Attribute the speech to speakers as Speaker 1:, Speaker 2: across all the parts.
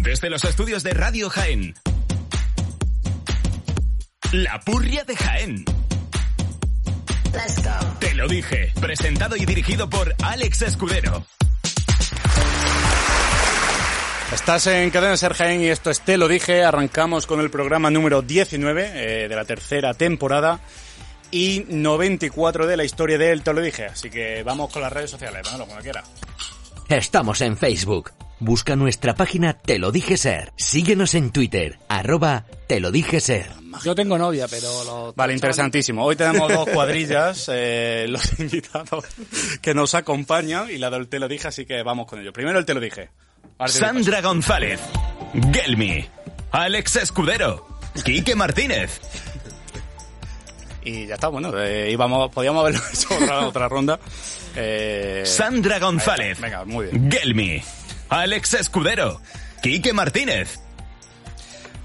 Speaker 1: Desde los estudios de Radio Jaén. La Purria de Jaén. Te lo dije. Presentado y dirigido por Alex Escudero.
Speaker 2: Estás en Cadena Ser Jaén y esto es Te lo dije. Arrancamos con el programa número 19 eh, de la tercera temporada y 94 de la historia de él, Te lo dije. Así que vamos con las redes sociales, Manolo, cuando quiera.
Speaker 3: Estamos en Facebook. Busca nuestra página Te lo dije ser. Síguenos en Twitter, arroba Te lo dije ser.
Speaker 4: Yo tengo novia, pero... Lo
Speaker 2: Vale, interesantísimo. Hoy tenemos dos cuadrillas, eh, los invitados que nos acompañan y la del Te lo dije, así que vamos con ello. Primero el Te lo dije. Ahora te digo,
Speaker 1: Sandra González. Gelmi. Alex Escudero. Quique Martínez.
Speaker 2: Y ya está, bueno, eh, íbamos, podíamos haberlo hecho otra, otra ronda. Eh,
Speaker 1: Sandra González.
Speaker 2: Venga, muy bien.
Speaker 1: Gelmi. Alex Escudero. Quique Martínez.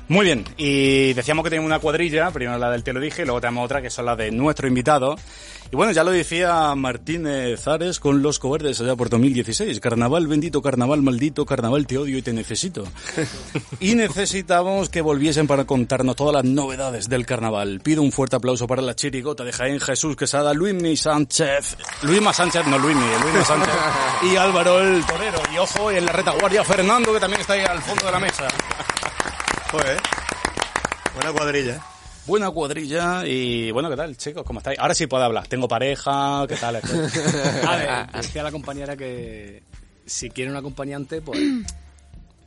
Speaker 2: Muy bien, y decíamos que tenemos una cuadrilla, primero la del Te lo dije, y luego tenemos otra que son las de nuestro invitado. Y bueno, ya lo decía Martínez Ares con Los Cobardes allá por 2016. Carnaval bendito, carnaval maldito, carnaval te odio y te necesito. y necesitábamos que volviesen para contarnos todas las novedades del carnaval. Pido un fuerte aplauso para la chirigota de Jaén, Jesús Quesada, Luismi Sánchez, Luisma Sánchez, no Luismi, eh, Luisma Sánchez, y Álvaro el Torero. Y ojo, y en la retaguardia Fernando, que también está ahí al fondo de la mesa.
Speaker 5: Joder. Buena cuadrilla.
Speaker 2: Buena cuadrilla y bueno, ¿qué tal, chicos? ¿Cómo estáis? Ahora sí puedo hablar. Tengo pareja, ¿qué tal?
Speaker 4: A ver, decía la compañera que si quiere un acompañante, pues...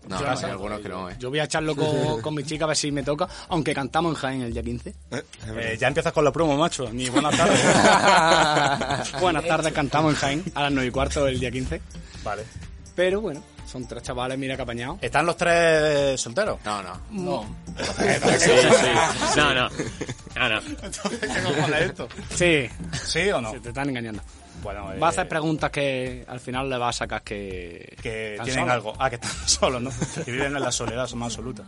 Speaker 5: No,
Speaker 4: yo,
Speaker 5: hay algunos que no, eh.
Speaker 4: yo voy a echarlo con, con mi chica a ver si me toca, aunque cantamos en Jaén el día 15.
Speaker 2: Eh, ya empiezas con la promo, macho. Ni buenas tardes.
Speaker 4: Buenas tardes, cantamos en Jaén a las 9 y cuarto del día 15.
Speaker 2: vale.
Speaker 4: Pero bueno, son tres chavales, mira que apañado.
Speaker 2: ¿Están los tres solteros?
Speaker 5: No, no.
Speaker 6: Sí, sí. No, no. No, no.
Speaker 4: Sí,
Speaker 2: ¿Sí o no?
Speaker 4: se te están engañando.
Speaker 2: Bueno, eh,
Speaker 4: Va a hacer preguntas que al final le va a sacar que...
Speaker 2: que
Speaker 4: están
Speaker 2: tienen
Speaker 4: solos.
Speaker 2: algo. Ah, que están solos, ¿no? Que viven en la soledad más absoluta.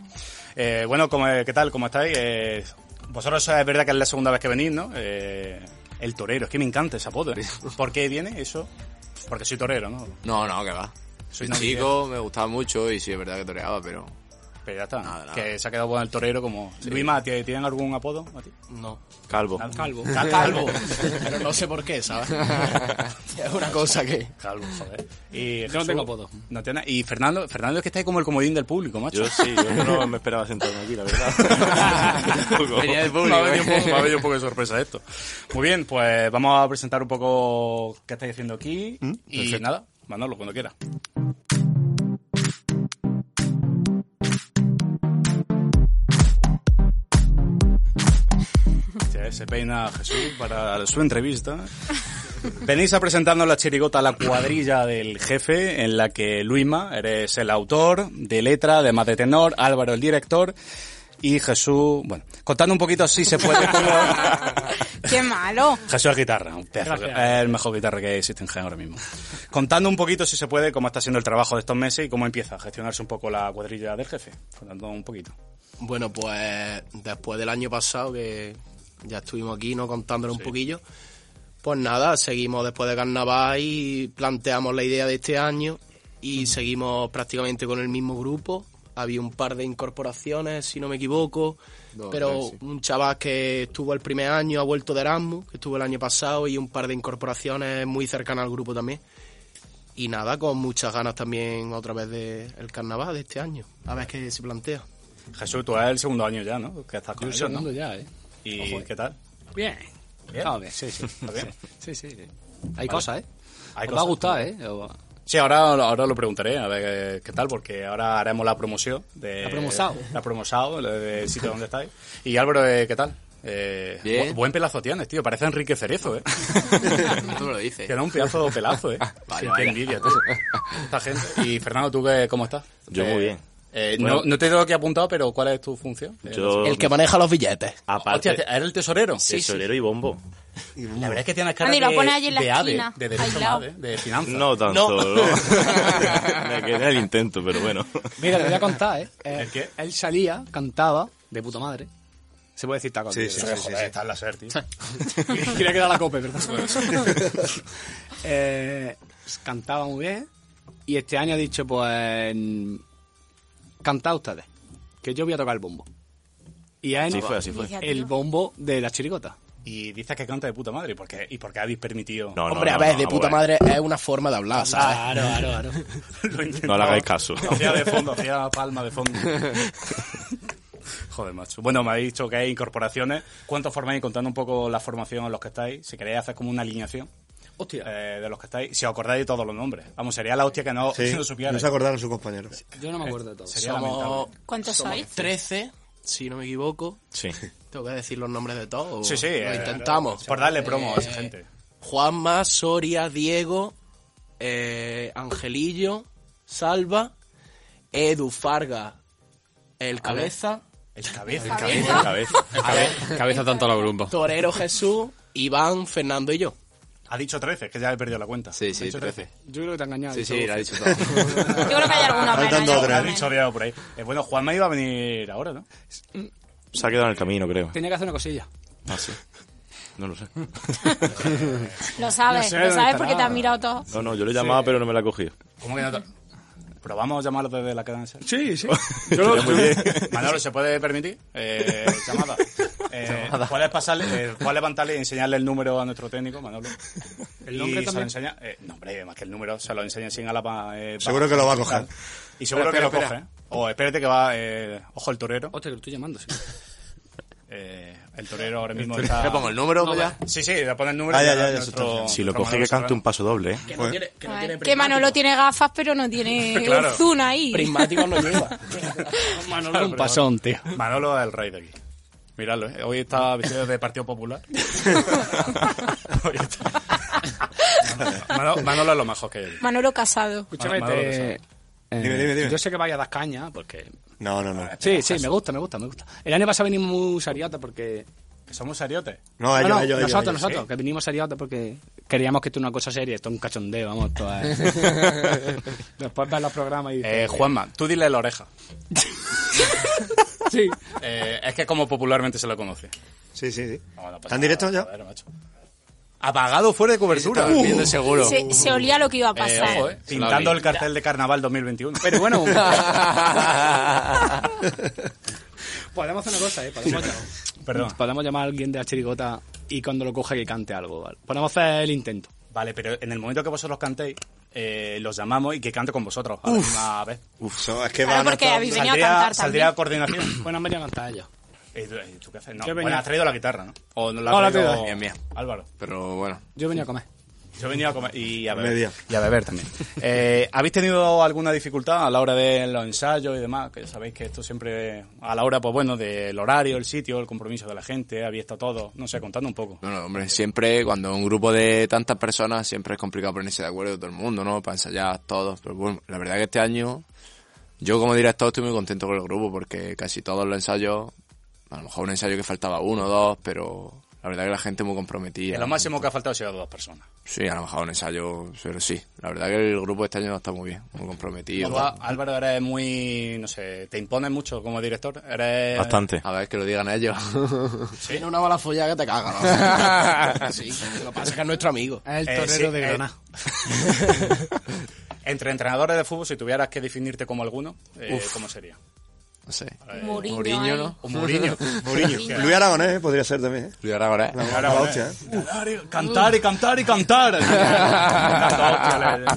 Speaker 2: Eh, bueno, ¿cómo- ¿qué tal? ¿Cómo estáis? Eh, vosotros eh, es verdad que es la segunda vez que venís, ¿no? Eh, el torero, es que me encanta ese apodo. ¿eh? ¿Por qué viene eso? Porque soy torero, ¿no?
Speaker 5: No, no, que va. Soy
Speaker 2: una
Speaker 5: chico, me gustaba mucho y sí, es verdad que toreaba, pero...
Speaker 2: Pero ya está,
Speaker 5: Nada, nada.
Speaker 2: que se ha quedado con el torero como... Luisma, ¿tie- ¿tienen algún apodo a ti?
Speaker 5: No. Calvo.
Speaker 4: Calvo.
Speaker 2: Está calvo.
Speaker 4: Pero no sé por qué, ¿sabes?
Speaker 5: Es una cosa que...
Speaker 2: Calvo, joder. Y
Speaker 4: Yo no tengo apodo.
Speaker 2: No tiene- y Fernando, Fernando es que está ahí como el comodín del público, macho.
Speaker 6: Yo sí, yo no me esperaba sentarme aquí, la verdad.
Speaker 5: Venía del
Speaker 2: Me
Speaker 5: público,
Speaker 2: ha venido un poco- me ha
Speaker 5: eh.
Speaker 2: venido un poco de sorpresa esto. Muy bien, pues vamos a presentar un poco qué estáis haciendo aquí. Y nada, Manolo, cuando quiera. Ya Se peina Jesús para su entrevista. Venís a presentarnos la chirigota La cuadrilla del jefe, en la que Luisma, eres el autor de letra, además de tenor, Álvaro el director y Jesús, bueno, contando un poquito si se puede cómo...
Speaker 7: ¡Qué malo!
Speaker 2: Jesús es guitarra, un pedazo,
Speaker 4: Gracias.
Speaker 2: es el mejor guitarra que existe en Jaén ahora mismo. Contando un poquito si se puede cómo está siendo el trabajo de estos meses y cómo empieza a gestionarse un poco la cuadrilla del jefe, contando un poquito.
Speaker 8: Bueno, pues después del año pasado que ya estuvimos aquí, ¿no? Contándolo un poquillo. Pues nada, seguimos después de carnaval y planteamos la idea de este año y seguimos prácticamente con el mismo grupo. Había un par de incorporaciones, si no me equivoco,
Speaker 5: Dos,
Speaker 8: pero
Speaker 5: tres, sí.
Speaker 8: un chaval que estuvo el primer año, ha vuelto de Erasmus, que estuvo el año pasado, y un par de incorporaciones muy cercanas al grupo también. Y nada, con muchas ganas también otra vez del carnaval de este año, a ver qué se plantea.
Speaker 2: Jesús, tú eres el segundo año ya, ¿no? Que estás con
Speaker 4: El
Speaker 2: ellos, ¿no?
Speaker 4: segundo ya, ¿eh?
Speaker 2: ¿Y qué tal?
Speaker 4: Bien.
Speaker 2: Bien.
Speaker 4: A ver, sí, sí.
Speaker 2: ¿Está bien?
Speaker 4: Sí, sí. Hay cosas, ¿eh?
Speaker 2: Hay
Speaker 4: Os
Speaker 2: cosas.
Speaker 4: va a gustar, ¿eh? O-
Speaker 2: Sí, ahora, ahora lo preguntaré, a ver eh, qué tal, porque ahora haremos la promoción. De,
Speaker 4: La promosao.
Speaker 2: La promosao, el sitio donde estáis. Y Álvaro, eh, ¿qué tal? Eh,
Speaker 5: Bien.
Speaker 2: bu- buen pelazo tienes, tío. Parece Enrique Cerezo, ¿eh?
Speaker 5: Tú me lo dices.
Speaker 2: Tiene un pedazo pelazo, ¿eh?
Speaker 5: Vale,
Speaker 2: Qué
Speaker 5: vale.
Speaker 2: envidia, tío. Esta gente. Y Fernando, ¿tú qué, cómo estás?
Speaker 6: Yo muy bien.
Speaker 2: eh,
Speaker 6: Bueno.
Speaker 2: no, no te tengo que apuntado, pero ¿cuál es tu función? Eh,
Speaker 6: Yo-
Speaker 8: El que maneja los billetes.
Speaker 6: Aparte,
Speaker 2: Hostia, ¿eres el tesorero?
Speaker 6: tesorero y bombo.
Speaker 2: La verdad es que tienes cara
Speaker 7: Anda, y lo
Speaker 2: de,
Speaker 7: pone allí en la
Speaker 2: de ave,
Speaker 7: esquina,
Speaker 2: de derecho
Speaker 7: aislado.
Speaker 2: ave, de finanzas.
Speaker 6: No tan
Speaker 8: No.
Speaker 6: solo. Me quedé en el intento, pero bueno.
Speaker 4: Mira, te voy a contar, ¿eh? Eh,
Speaker 2: ¿El qué?
Speaker 4: Él salía, cantaba, de puta madre. Se puede decir taco.
Speaker 6: Sí,
Speaker 4: tío,
Speaker 6: sí,
Speaker 4: ¿no?
Speaker 6: sí, sí, sí.
Speaker 2: Está en la SER, tío.
Speaker 4: Quería quedar la copa, ¿verdad? Eh, cantaba muy bien. Y este año ha dicho, pues. Cantad ustedes. Que yo voy a tocar el bombo. Y ha
Speaker 6: Así fue,
Speaker 4: entrado
Speaker 6: así fue.
Speaker 4: el bombo de la chirigota.
Speaker 2: Y dices que canta de puta madre. ¿Y por qué, y por qué habéis permitido...?
Speaker 6: No, no,
Speaker 8: Hombre,
Speaker 6: no,
Speaker 8: a ver,
Speaker 6: no,
Speaker 8: de
Speaker 6: vamos
Speaker 8: puta
Speaker 6: a ver.
Speaker 8: madre es una forma de hablar, ¿sabes?
Speaker 4: Claro, claro, claro.
Speaker 2: Lo he intentado.
Speaker 6: No le hagáis caso.
Speaker 2: Hacía de fondo, hacía palma de fondo. Joder, macho. Bueno, me habéis dicho que hay incorporaciones. ¿Cuántos formáis? Contando un poco la formación en los que estáis. Si queréis hacer como una alineación
Speaker 4: Hostia.
Speaker 2: eh, de los que estáis. Si os acordáis de todos los nombres. Vamos, sería la hostia que no,
Speaker 9: Sí,
Speaker 2: no
Speaker 9: no
Speaker 2: supierais.
Speaker 9: se acordaron sus compañeros.
Speaker 4: Yo no me acuerdo de todo.
Speaker 2: sería
Speaker 8: Somos
Speaker 2: lamentable.
Speaker 7: ¿Cuántos sois?
Speaker 8: 13, si no me equivoco.
Speaker 6: Sí.
Speaker 8: Tengo que decir los nombres de todos. o
Speaker 2: Sí, sí.
Speaker 8: Lo
Speaker 2: eh,
Speaker 8: intentamos.
Speaker 2: Por darle promo a esa
Speaker 8: Eh,
Speaker 2: gente.
Speaker 8: Juanma, Soria, Diego, eh, Angelillo, Salva, Edu, Farga, El Cabeza,
Speaker 2: El cabeza. El
Speaker 6: La cabeza.
Speaker 5: Cabeza tanto a los grupos.
Speaker 8: Torero Jesús, Iván, Fernando y yo.
Speaker 2: Ha dicho 13, que ya he perdido la cuenta.
Speaker 5: Sí,
Speaker 2: Ha
Speaker 5: sí,
Speaker 2: dicho
Speaker 5: 13.
Speaker 4: Yo creo que te ha engañado.
Speaker 5: Sí,
Speaker 4: dicho,
Speaker 5: sí,
Speaker 4: "Uf".
Speaker 5: lo ha dicho todo.
Speaker 7: Yo creo que hay alguna menos,
Speaker 9: Faltan
Speaker 7: hay
Speaker 9: dos,
Speaker 7: alguna
Speaker 2: Ha
Speaker 9: tres.
Speaker 2: dicho liado por ahí. Eh, bueno, Juanma iba a venir ahora, ¿no?
Speaker 6: Se ha quedado en el camino, creo.
Speaker 4: Tenía que hacer una cosilla.
Speaker 6: Ah, sí. No lo sé.
Speaker 7: menos.
Speaker 4: No
Speaker 7: Lo sabes,
Speaker 4: sé
Speaker 7: lo
Speaker 4: dónde
Speaker 7: sabes
Speaker 4: estará.
Speaker 7: porque te has mirado todo.
Speaker 6: No, no, yo le llamaba, pero no me la ha cogido.
Speaker 2: ¿Cómo que no? te- Probamos a llamarlo desde la cadencia.
Speaker 4: Sí, sí.
Speaker 6: Estaría muy bien.
Speaker 2: Manolo, ¿se puede permitir? Eh, llamada. Eh, ¿Puedes pasarle, eh, puedes levantarle y enseñarle el número a nuestro técnico, Manolo? ¿El
Speaker 4: nombre
Speaker 2: y se lo
Speaker 4: también?
Speaker 2: enseña? eh, no, hombre, más que el número, se lo enseña sin alapa. Eh,
Speaker 9: Seguro que lo va a coger.
Speaker 2: Y seguro
Speaker 4: Espera,
Speaker 2: que lo
Speaker 4: espera,
Speaker 2: coge. ¿eh? O espérate que va, eh, ojo el torero.
Speaker 4: Hostia, que lo estoy llamando, sí.
Speaker 2: Eh, el torero ahora mismo está...
Speaker 5: ¿Le pongo el número ya?
Speaker 2: Sí, sí, le pone el número.
Speaker 9: Ah,
Speaker 2: y
Speaker 9: ya, ya, ya,
Speaker 2: nuestro-
Speaker 9: eso está.
Speaker 6: Si lo
Speaker 2: nuestro
Speaker 6: coge,
Speaker 2: Manolo
Speaker 6: que cante un paso doble, ¿eh?
Speaker 4: Que
Speaker 9: Joder.
Speaker 4: que
Speaker 7: A ver, que
Speaker 4: prismático.
Speaker 7: Manolo tiene gafas, pero no tiene
Speaker 2: Pues- Claro.
Speaker 7: el zoom ahí.
Speaker 8: Prismáticos no lleva.
Speaker 2: Manolo
Speaker 4: un pasón, tío.
Speaker 2: Manolo es el rey de aquí. Miradlo, ¿eh? hoy está vestido de Partido Popular. Hoy está- Manolo, Manolo es lo mejor que hay. aquí.
Speaker 7: Manolo Casado.
Speaker 4: Escúchame,
Speaker 2: Manolo,
Speaker 4: te-
Speaker 2: Manolo,
Speaker 4: eh,
Speaker 9: Dime, dime, dime.
Speaker 4: Yo sé que vaya a dar caña, porque...
Speaker 9: No, no, no.
Speaker 4: Sí, sí, me gusta, me gusta, me gusta. El año pasado venimos muy sariotas porque...
Speaker 2: Que somos sariotes.
Speaker 9: No, ellos,
Speaker 4: No, no,
Speaker 9: ellos, ellos,
Speaker 4: nosotros,
Speaker 9: ellos.
Speaker 4: nosotros, que venimos sariotas porque queríamos que esto era una cosa seria, esto es un cachondeo, vamos, esto es- Después ves los programas y...
Speaker 2: Eh, Juanma, tú dile la oreja.
Speaker 4: Sí.
Speaker 2: Eh, es que como popularmente se lo conoce.
Speaker 9: Sí, sí, sí.
Speaker 2: No, no pasa
Speaker 9: ¿Están directos
Speaker 2: nada,
Speaker 9: ya?
Speaker 2: joder, macho. Apagado fuera de cobertura.
Speaker 5: Está viendo seguro.
Speaker 7: Se, se olía lo que iba a
Speaker 2: Eh,
Speaker 7: pasar.
Speaker 2: ojo, eh, Pintando el cartel de carnaval 2021.
Speaker 4: Pero bueno, podemos hacer una cosa, ¿eh? Podemos,
Speaker 2: Perdón.
Speaker 4: podemos llamar a alguien de la chirigota y cuando lo coja que cante algo, ¿vale? Podemos hacer el intento.
Speaker 2: Vale, pero en el momento que vosotros cantéis, eh, los llamamos y que cante con vosotros a la misma vez.
Speaker 9: Uf, so- es que
Speaker 7: Claro,
Speaker 9: van a
Speaker 7: porque
Speaker 9: estar-
Speaker 7: habéis venido a
Speaker 2: Saldría,
Speaker 7: cantar
Speaker 2: saldría
Speaker 7: también.
Speaker 2: coordinación.
Speaker 4: Bueno, me llaman hasta ellos.
Speaker 2: Eh, tú- eh, ¿tú qué haces? No,
Speaker 4: Yo
Speaker 2: bueno,
Speaker 4: venía-
Speaker 2: has traído la guitarra, ¿no? O no la
Speaker 4: No, la
Speaker 2: has
Speaker 4: he
Speaker 2: traído...
Speaker 4: traído.
Speaker 5: Mía, mía.
Speaker 2: Álvaro.
Speaker 5: Pero bueno.
Speaker 4: Yo venía a comer.
Speaker 2: Yo venía a comer y a
Speaker 9: Al
Speaker 2: beber.
Speaker 9: mediodía.
Speaker 2: Y a beber también. Eh, ¿Habéis tenido alguna dificultad a la hora de los ensayos y demás? Que ya sabéis que esto siempre, a la hora, pues bueno, del horario, el sitio, el compromiso de la gente, había estado todo. No sé, contando un poco.
Speaker 5: No, no, hombre, siempre cuando un grupo de tantas personas siempre es complicado ponerse de acuerdo todo el mundo, ¿no? Para ensayar todos. Pero bueno, la verdad que este año yo como director estoy muy contento con el grupo porque casi todos los ensayos, a lo mejor un ensayo que faltaba uno o dos, pero la verdad que la gente muy comprometida.
Speaker 2: Que lo máximo que ha faltado ha sido dos personas.
Speaker 5: Sí, a lo mejor un ensayo, pero sí. La verdad que el grupo este año está muy bien, muy comprometido.
Speaker 2: Tú, Á- Álvaro, eres muy, no sé, te impones mucho como director. Eres...
Speaker 6: Bastante.
Speaker 5: A ver, que lo digan ellos.
Speaker 8: Tiene una mala follada que te caga, ¿no? sí, lo que pasa es que es nuestro amigo.
Speaker 4: Es el
Speaker 2: Eh,
Speaker 4: torero
Speaker 2: sí,
Speaker 4: de
Speaker 2: eh,
Speaker 4: Granada.
Speaker 2: Entre entrenadores de fútbol, si tuvieras que definirte como alguno, eh, ¿cómo sería?
Speaker 5: No sé.
Speaker 7: Mourinho,
Speaker 5: Mourinho,
Speaker 7: ahí.
Speaker 5: ¿no?
Speaker 2: Un Mourinho.
Speaker 9: Mourinho. Luis Aragonés eh, podría ser también. eh.
Speaker 5: Luis Aragonés.
Speaker 9: La, la
Speaker 2: Aragonés.
Speaker 9: hostia, eh.
Speaker 2: Cantar y- Cantar y cantar y cantar.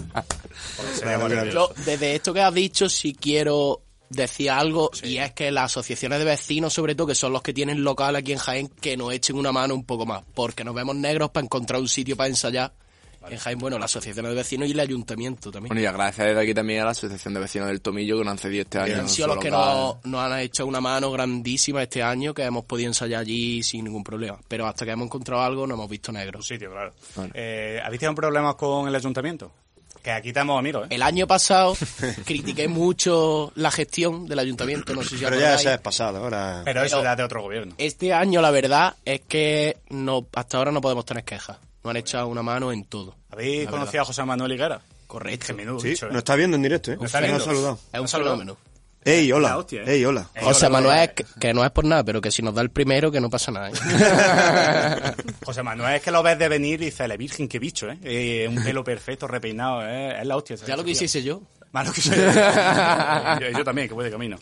Speaker 2: Sería maravilloso.
Speaker 8: Yo, desde esto que has dicho, si quiero decir algo, y es que las asociaciones de vecinos, sobre todo, que son los que tienen local aquí en Jaén, que nos echen una mano un poco más, porque nos vemos negros para encontrar un sitio para ensayar en Jaén, bueno, la asociación de vecinos y el ayuntamiento también.
Speaker 5: Bueno, y agradecer desde aquí también a la Asociación de Vecinos del Tomillo que nos han cedido este año.
Speaker 8: han sido
Speaker 5: su
Speaker 8: los que
Speaker 5: local.
Speaker 8: nos, nos han hecho una mano grandísima este año, que hemos podido ensayar allí sin ningún problema. Pero hasta que hemos encontrado algo no hemos visto negro.
Speaker 2: sitio, claro. Eh, ¿Habéis tenido problemas con el ayuntamiento? Que aquí estamos amigos, ¿eh?
Speaker 8: El año pasado critiqué mucho la gestión del ayuntamiento, no sé si
Speaker 9: Pero ya
Speaker 8: acordáis.
Speaker 9: eso es pasado, ahora...
Speaker 2: Pero eso era de otro gobierno.
Speaker 8: Este año la verdad es que no hasta ahora no podemos tener quejas. Nos han echado una mano en todo.
Speaker 2: ¿Habéis
Speaker 8: La
Speaker 2: conocido
Speaker 8: verdad.
Speaker 2: a José Manuel Higuera?
Speaker 8: Correcto.
Speaker 2: Qué menudo
Speaker 9: Sí,
Speaker 2: bicho, ¿eh?
Speaker 9: nos está viendo en directo, ¿eh?
Speaker 2: Nos está viendo.
Speaker 9: Nos ha saludado.
Speaker 8: Es un fenómeno.
Speaker 9: Ey,
Speaker 2: La
Speaker 9: hola.
Speaker 2: hostia, ¿eh?
Speaker 9: Ey, hola.
Speaker 2: Eh,
Speaker 8: José
Speaker 2: hola,
Speaker 8: Manuel,
Speaker 2: hola.
Speaker 8: es que, que no es por nada, pero que si nos da el primero, que no pasa nada. ¿eh?
Speaker 2: José Manuel es que lo ves de venir y dices, la virgen, qué bicho, ¿eh? Eh, un pelo perfecto, repeinado, ¿eh? Es la hostia.
Speaker 8: ya lo que hiciese yo.
Speaker 2: Malo que soy. yo, yo también, que voy de camino.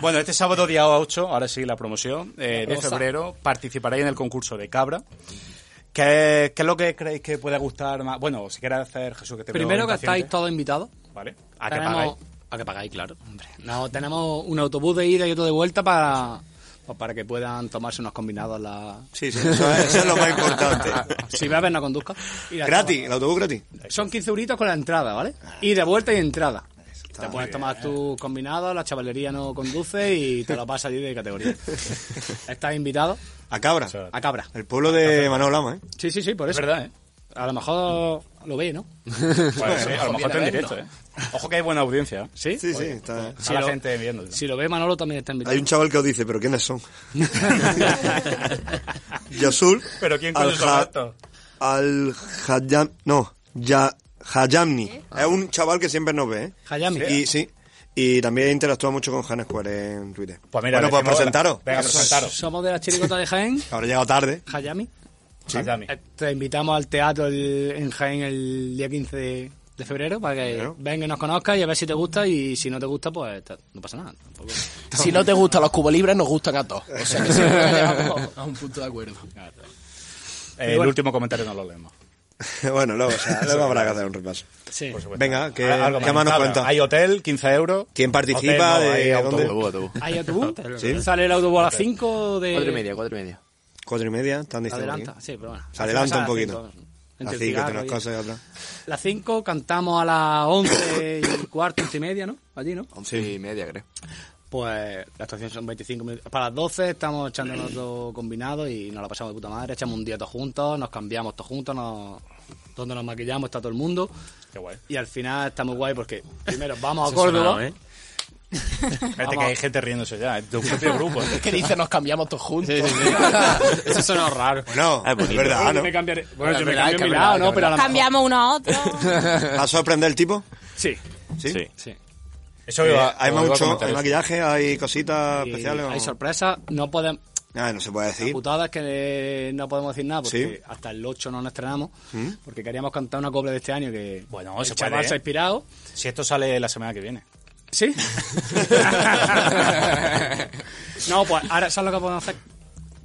Speaker 2: Bueno, este sábado día 8, ahora sí la promoción, eh, de
Speaker 8: Rosa.
Speaker 2: febrero, participaréis en el concurso de cabra. ¿Qué, qué es lo que creéis que puede gustar más? Bueno, si quieres hacer, Jesús, que te veo
Speaker 4: Primero que
Speaker 2: impaciente.
Speaker 4: estáis todos invitados.
Speaker 2: ¿Vale? ¿A qué
Speaker 4: Tenemos-
Speaker 2: pagáis?
Speaker 4: A que pagáis, claro. Hombre, no, tenemos un autobús de ida y otro de vuelta para, pues para que puedan tomarse unos combinados. La...
Speaker 9: Sí, sí, eso es, eso es lo más importante.
Speaker 4: Si bebes, no conduzcas. Y la-
Speaker 9: Gratis, el autobús gratis.
Speaker 4: Son 15 euritos con la entrada, ¿vale? Y de vuelta y entrada. Te puedes tomar tus combinados, la chavalería no conduce y te lo pasas allí de categoría. Estás invitado
Speaker 9: A Cabra,
Speaker 4: a Cabra.
Speaker 9: el pueblo de Manuel Lama, ¿eh?
Speaker 4: Sí, sí, sí, por eso.
Speaker 2: ¿Verdad, eh?
Speaker 4: A lo mejor lo ve, ¿no?
Speaker 2: Bueno, Pues, sí, a lo mejor está en
Speaker 8: viene a
Speaker 2: directo, ¿eh? Ojo que hay buena audiencia.
Speaker 4: Sí. pues,
Speaker 9: Sí, sí, está...
Speaker 2: Está la
Speaker 4: lo-
Speaker 2: gente viendo. ¿no?
Speaker 4: Si lo ve, Manolo también está invitado.
Speaker 9: Hay un chaval que os dice, ¿pero quiénes son? Yasul.
Speaker 2: ¿Pero quién coño son estos?
Speaker 9: Al Hayam... No, ya... Hayamni. Es un chaval que siempre nos ve, ¿eh?
Speaker 4: Hayami.
Speaker 9: Y sí, y también interactúa mucho con Hannes Square en Twitter.
Speaker 2: Pues mira,
Speaker 9: bueno, pues
Speaker 2: decimos-
Speaker 9: presentaros.
Speaker 2: Venga, presentaros.
Speaker 4: Somos de la chiricota de Jaén,
Speaker 9: Habrá llegado tarde.
Speaker 4: Hayami.
Speaker 2: Miami.
Speaker 4: Eh, Te invitamos al teatro el- en Jaén el día 15 de, de febrero para que
Speaker 9: Claro.
Speaker 4: venga y nos conozcas y a ver si te gusta y si no te gusta, pues ta- no pasa nada. tampoco.
Speaker 8: Si no te gustan los cubos libres, nos gustan a todos. O sea que siempre llegamos a un punto de acuerdo.
Speaker 2: Eh, el último comentario no lo leemos.
Speaker 9: bueno, luego, o sea, luego habrá que hacer un repaso.
Speaker 4: Sí.
Speaker 9: Venga, ¿qué,
Speaker 2: Ah, algo
Speaker 9: qué más nos
Speaker 2: cabra.
Speaker 9: cuenta?
Speaker 2: Hay hotel, 15 euros.
Speaker 9: ¿Quién participa?
Speaker 2: Hotel, no, hay
Speaker 9: ¿De
Speaker 2: autobús.
Speaker 9: dónde?
Speaker 5: Autobús, autobús.
Speaker 4: ¿Hay autobús? Sale el autobús a las 5 de...
Speaker 5: Cuatro y media, cuatro y media.
Speaker 9: Cuatro y media, están diciendo.
Speaker 4: Adelanta,
Speaker 9: aquí.
Speaker 4: sí, pero bueno.
Speaker 9: Se adelanta un poquito.
Speaker 4: Entre
Speaker 9: Así que
Speaker 4: cigarro
Speaker 9: unas
Speaker 4: y-
Speaker 9: cosas y otras.
Speaker 4: Las 5 cantamos a las 11 y cuarto, 11 y media, ¿no? Allí, ¿no?
Speaker 5: Once y media, creo.
Speaker 4: Pues la actuación son 25 minutos. Para las 12 estamos echándonos dos combinados y nos la pasamos de puta madre. Echamos un día todos juntos, nos cambiamos todos juntos, nos... donde nos maquillamos está todo el mundo.
Speaker 2: Qué guay.
Speaker 4: Y al final está muy guay porque primero vamos a Córdoba.
Speaker 2: Espérate que hay gente riéndose ya, es de un propio grupo. ¿eh?
Speaker 8: Es que dice, nos cambiamos todos juntos.
Speaker 4: Eso suena raro.
Speaker 9: Bueno,
Speaker 5: Ah,
Speaker 9: es verdad,
Speaker 4: Me
Speaker 9: ¿no?
Speaker 4: cambiaré. Bueno,
Speaker 8: Es
Speaker 4: yo me
Speaker 8: verdad,
Speaker 4: cambio
Speaker 8: es que
Speaker 4: mi
Speaker 8: es verdad,
Speaker 4: lado, ¿no?
Speaker 8: es
Speaker 4: Pero a lo mejor-
Speaker 7: Cambiamos uno a otro.
Speaker 9: ¿Va a sorprender el tipo?
Speaker 4: Sí.
Speaker 9: Sí.
Speaker 4: Sí.
Speaker 2: Eso
Speaker 9: Eh,
Speaker 2: iba-
Speaker 9: hay
Speaker 2: iba a
Speaker 9: mucho,
Speaker 2: comentar
Speaker 9: hay
Speaker 2: eso.
Speaker 9: maquillaje, hay cositas
Speaker 4: Y
Speaker 9: especiales. o-
Speaker 4: Hay sorpresas. No podemos...
Speaker 9: Ah, no se puede
Speaker 4: La
Speaker 9: decir.
Speaker 4: putada es que eh, no podemos decir nada porque
Speaker 9: Sí. ¿Mm?
Speaker 4: hasta el 8 no nos estrenamos porque queríamos cantar una copla de este año que
Speaker 2: Bueno,
Speaker 4: el
Speaker 2: se
Speaker 4: chaval
Speaker 2: puede, ¿eh?
Speaker 4: se ha inspirado.
Speaker 2: Si esto sale la semana que viene.
Speaker 4: ¿Sí? no, pues ahora ¿sabes lo que podemos hacer?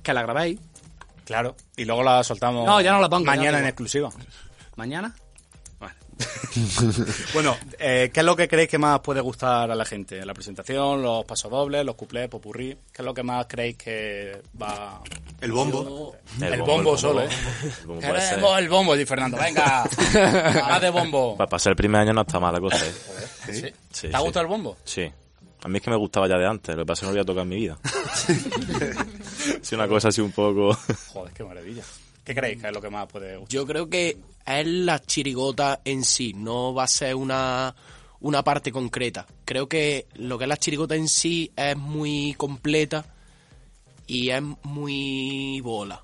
Speaker 4: Que la grabéis
Speaker 2: Claro. Y luego la soltamos
Speaker 4: No, ya no la pongo, ya
Speaker 2: mañana
Speaker 4: da
Speaker 2: en
Speaker 4: igual.
Speaker 2: exclusiva.
Speaker 4: mañana.
Speaker 2: Bueno, eh, ¿qué es lo que creéis que más puede gustar a la gente? ¿La presentación, los pasodobles, los cuplés, popurrí? ¿Qué es lo que más creéis que va...?
Speaker 9: El bombo.
Speaker 2: El, bombo, solo, ¿eh?
Speaker 6: El bombo puede ser.
Speaker 2: Queremos el bombo, Di Fernando, venga. Haz de bombo.
Speaker 6: Para pasar el primer año no está mala cosa, ¿eh?
Speaker 2: ¿Sí?
Speaker 6: Sí,
Speaker 2: ¿Te ha
Speaker 6: sí.
Speaker 2: gustado el bombo?
Speaker 6: Sí. A mí es que me gustaba ya de antes, lo que pasa es que no lo voy a tocar en mi vida. Sí, una cosa así un poco...
Speaker 2: Joder, qué maravilla. ¿Qué creéis que es lo que más puede gustar?
Speaker 8: Yo creo que es la chirigota en sí, no va a ser una, una parte concreta. Creo que lo que es la chirigota en sí es muy completa y es muy bola.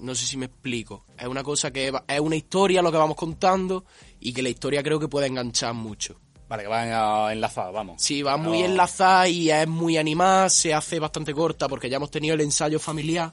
Speaker 8: No sé si me explico. Es una cosa que va- es una historia lo que vamos contando y que la historia creo que puede enganchar mucho.
Speaker 2: Vale, que van a enlazar, vamos.
Speaker 8: Sí, va muy
Speaker 2: No.
Speaker 8: enlazada y es muy animada, se hace bastante corta porque ya hemos tenido el ensayo familiar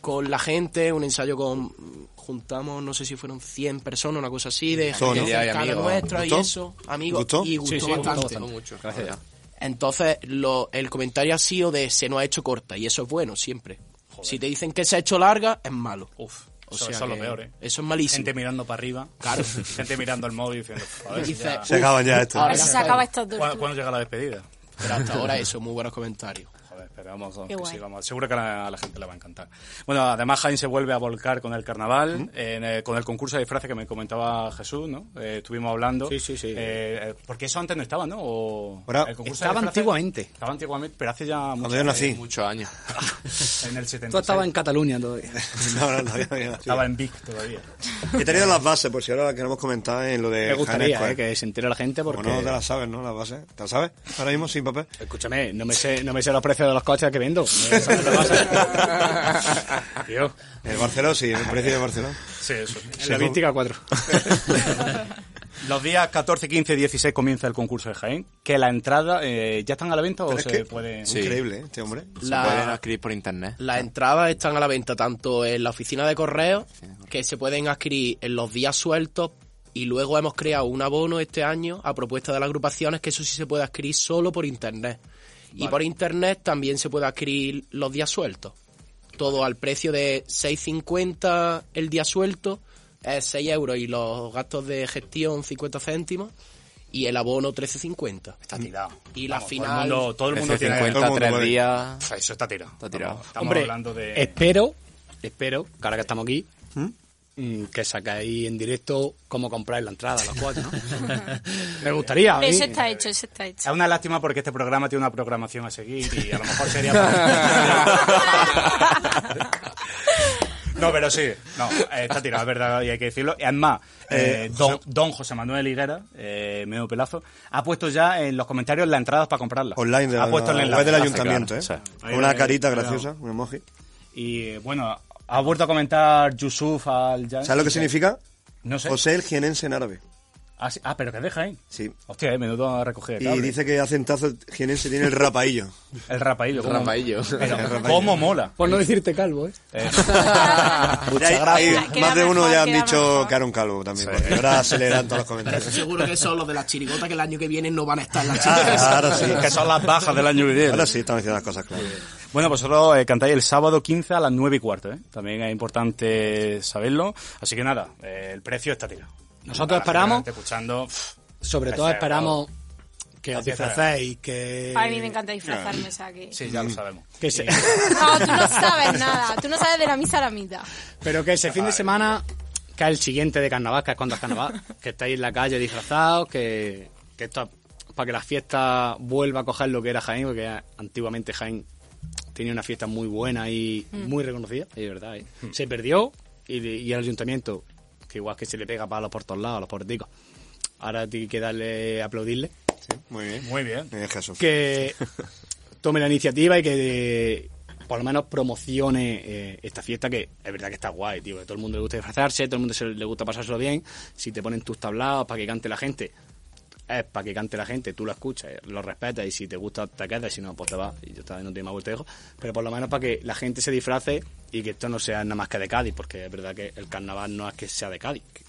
Speaker 8: con la gente, un ensayo con juntamos, no sé si fueron 100 personas, una cosa así, de
Speaker 9: Gustó,
Speaker 8: gente
Speaker 9: ¿no?
Speaker 8: cercana
Speaker 5: Amigos.
Speaker 8: nuestra y
Speaker 9: ¿Gustó?
Speaker 8: eso, amigos,
Speaker 9: ¿Gustó?
Speaker 8: y gustó
Speaker 4: Sí, sí, gustó
Speaker 8: bastante.
Speaker 4: bastante.
Speaker 5: Gracias.
Speaker 8: Entonces, lo- el comentario ha sido de se nos ha hecho corta y eso es bueno siempre. Si te dicen que se ha hecho larga, es malo.
Speaker 2: Uf,
Speaker 8: O
Speaker 2: eso,
Speaker 8: sea
Speaker 2: eso es lo
Speaker 8: que
Speaker 2: peor, ¿eh?
Speaker 8: Eso es malísimo.
Speaker 2: Gente mirando para arriba, claro. gente mirando el móvil diciendo, a ver,
Speaker 8: Dice,
Speaker 2: ya-
Speaker 9: Se acaban ya esto.
Speaker 7: Ahora se acaba esta
Speaker 2: ¿Cuándo,
Speaker 7: tortura.
Speaker 2: cuándo llega la despedida?
Speaker 8: Pero hasta ahora eso, muy buenos comentarios.
Speaker 2: esperamos
Speaker 7: Qué
Speaker 2: que
Speaker 7: guay.
Speaker 2: sí, vamos. Seguro que a la, a la gente le va a encantar. Bueno, además Jaén se vuelve a volcar con el carnaval, en, eh, con el concurso de disfraces que me comentaba Jesús, ¿no? Eh, estuvimos hablando.
Speaker 4: Sí, sí, sí.
Speaker 2: Eh, eh, porque eso antes no estaba, ¿no? O-
Speaker 4: Ahora-
Speaker 2: el concurso de
Speaker 4: Estaba
Speaker 2: disfraces-
Speaker 4: antiguamente.
Speaker 2: Estaba antiguamente, pero hace ya muchos
Speaker 4: yo
Speaker 2: años.
Speaker 4: nací.
Speaker 5: Muchos años.
Speaker 2: en el 70.
Speaker 4: Tú estabas en Cataluña todavía.
Speaker 9: No, no, todavía, todavía no.
Speaker 2: Estaba en Vic todavía.
Speaker 9: He tenido las bases, por si ahora las queremos comentar en lo de.
Speaker 4: Me gustaría,
Speaker 9: Jaén
Speaker 4: eh, que se entere la gente
Speaker 9: Como
Speaker 4: porque...
Speaker 9: pues. no te las sabes, ¿no? Las bases. ¿Te las sabes? Ahora mismo sin papel.
Speaker 4: Escúchame, no me sé, no me sé los precios de los coches que vendo. Me sé lo que pasa. Tío.
Speaker 9: El Barceló, sí, el precio de Barcelona.
Speaker 2: Sí, eso.
Speaker 4: En la Vística 4.
Speaker 2: Los días 14, 15 y 16 comienza el concurso de Jaén.
Speaker 4: Oh,
Speaker 2: Que la entrada, eh, ¿ya están a la venta o
Speaker 5: Pero es
Speaker 2: se
Speaker 5: que-
Speaker 2: puede...?
Speaker 5: Sí. Increíble, ¿eh?
Speaker 9: Este hombre.
Speaker 2: Se
Speaker 5: La-
Speaker 2: puede-
Speaker 5: Pueden adquirir por internet.
Speaker 8: Las entradas están a la venta tanto en la oficina de correo, que se pueden adquirir en los días sueltos, y luego hemos creado un abono este año a propuesta de las agrupaciones, que eso sí se puede adquirir solo por internet. Y
Speaker 4: Vale.
Speaker 8: por internet también se puede adquirir los días sueltos. Todo al precio de 6,50 el día suelto, es 6 euros y los gastos de gestión 50 céntimos. Y el abono 13.50. Está
Speaker 2: tirado.
Speaker 8: Y la
Speaker 2: Vamos, todo el
Speaker 8: final.
Speaker 2: mundo- todo el mundo tiene-
Speaker 5: 13.50,
Speaker 2: todo el mundo
Speaker 5: tres
Speaker 2: puede.
Speaker 5: días.
Speaker 2: Pff, Eso está tirado.
Speaker 5: Está tirado.
Speaker 2: Estamos
Speaker 4: Hombre, eh,
Speaker 2: hablando de...
Speaker 4: espero, espero, que ahora que estamos aquí, mm, que sacáis en directo cómo compráis la entrada, los cuatro, ¿no? Me gustaría. a mí.
Speaker 7: Eso está hecho, eso está hecho.
Speaker 2: Es una lástima porque este programa tiene una programación a seguir y a lo mejor sería... para- no, pero sí. No, eh, está tirado, es verdad, y hay que decirlo. Y además, eh,
Speaker 4: Eh,
Speaker 2: don, don José Manuel Higuera, eh, medio pelazo, ha puesto ya en los comentarios las entradas para comprarlas.
Speaker 9: Online de la,
Speaker 2: ha puesto el
Speaker 9: la
Speaker 2: enlace. Ah,
Speaker 9: web del ayuntamiento, ¿eh? Con
Speaker 2: Ahí,
Speaker 9: Una
Speaker 2: ahí,
Speaker 9: carita
Speaker 2: ahí,
Speaker 9: graciosa, un emoji.
Speaker 2: Y eh, bueno, ha vuelto a comentar Yusuf al Jan.
Speaker 9: ¿Sabes lo que significa?
Speaker 2: No sé.
Speaker 9: José el Jienense en árabe.
Speaker 2: Ah, sí. Ah, pero que deja ahí.
Speaker 9: Sí.
Speaker 2: Hostia, eh, menudo a recoger.
Speaker 9: Y dice que acentazo jienense tiene el rapaillo.
Speaker 2: El rapaillo. ¿cómo?
Speaker 5: Rapaillo.
Speaker 2: Pero,
Speaker 9: El rapaillo.
Speaker 2: ¿Cómo mola?
Speaker 4: Por no decirte calvo, ¿eh?
Speaker 2: Eh,
Speaker 9: Ya hay- hay-
Speaker 8: gracias.
Speaker 9: más de
Speaker 8: Queda
Speaker 9: uno
Speaker 8: mejor,
Speaker 9: ya han
Speaker 8: queda
Speaker 9: dicho que era un calvo también. porque Ahora se le dan todos los
Speaker 8: Pero estoy
Speaker 9: comentarios.
Speaker 8: seguro que son los de las chirigotas que el año que viene no van a estar en las chirigotas.
Speaker 9: Ah, ahora sí.
Speaker 2: Que son las bajas del año que viene.
Speaker 9: Ahora sí, están diciendo las cosas claras.
Speaker 2: Bueno, vosotros eh, cantáis el sábado 15 a las 9 y cuarto, ¿eh? También es importante saberlo. Así que nada, eh, el precio está tirado.
Speaker 4: Nosotros
Speaker 2: Para la
Speaker 4: esperamos-
Speaker 2: gente escuchando, pff,
Speaker 4: Sobre todo
Speaker 2: Ese,
Speaker 4: esperamos que os
Speaker 2: Así está.
Speaker 4: disfracéis, que...
Speaker 7: A mí me encanta disfrazarme, o sea que...
Speaker 2: sí, ya lo sabemos.
Speaker 4: que se-
Speaker 7: No, tú no sabes nada. Tú no sabes de la misa a la mitad.
Speaker 4: Pero que ese fin de semana, que el siguiente de carnaval, que es cuando es carnaval, que estáis en la calle disfrazados, que, que esto es para que la fiesta vuelva a coger lo que era Jaén, porque antiguamente Jaén tenía una fiesta muy buena y
Speaker 8: Mm.
Speaker 4: muy reconocida, y de verdad. ¿eh?
Speaker 9: Mm.
Speaker 4: Se perdió y, y el ayuntamiento, que igual que se le pega palos por todos lados a los políticos, ahora tiene que darle, aplaudirle,
Speaker 9: Muy bien.
Speaker 2: Muy bien.
Speaker 9: Eh, Jesús.
Speaker 4: que tome la iniciativa y que eh, por lo menos promocione eh, esta fiesta que es verdad que está guay, tío, que a todo el mundo le gusta disfrazarse, todo el mundo se, le gusta pasárselo bien, si te ponen tus tablados para que cante la gente, es para que cante la gente, tú lo escuchas, eh, lo respetas y si te gusta te quedas y si no, pues te vas y yo no tiene más vuelta de hoja. pero por lo menos para que la gente se disfrace y que esto no sea nada más que de Cádiz, porque es verdad que el carnaval no es que sea de Cádiz, que,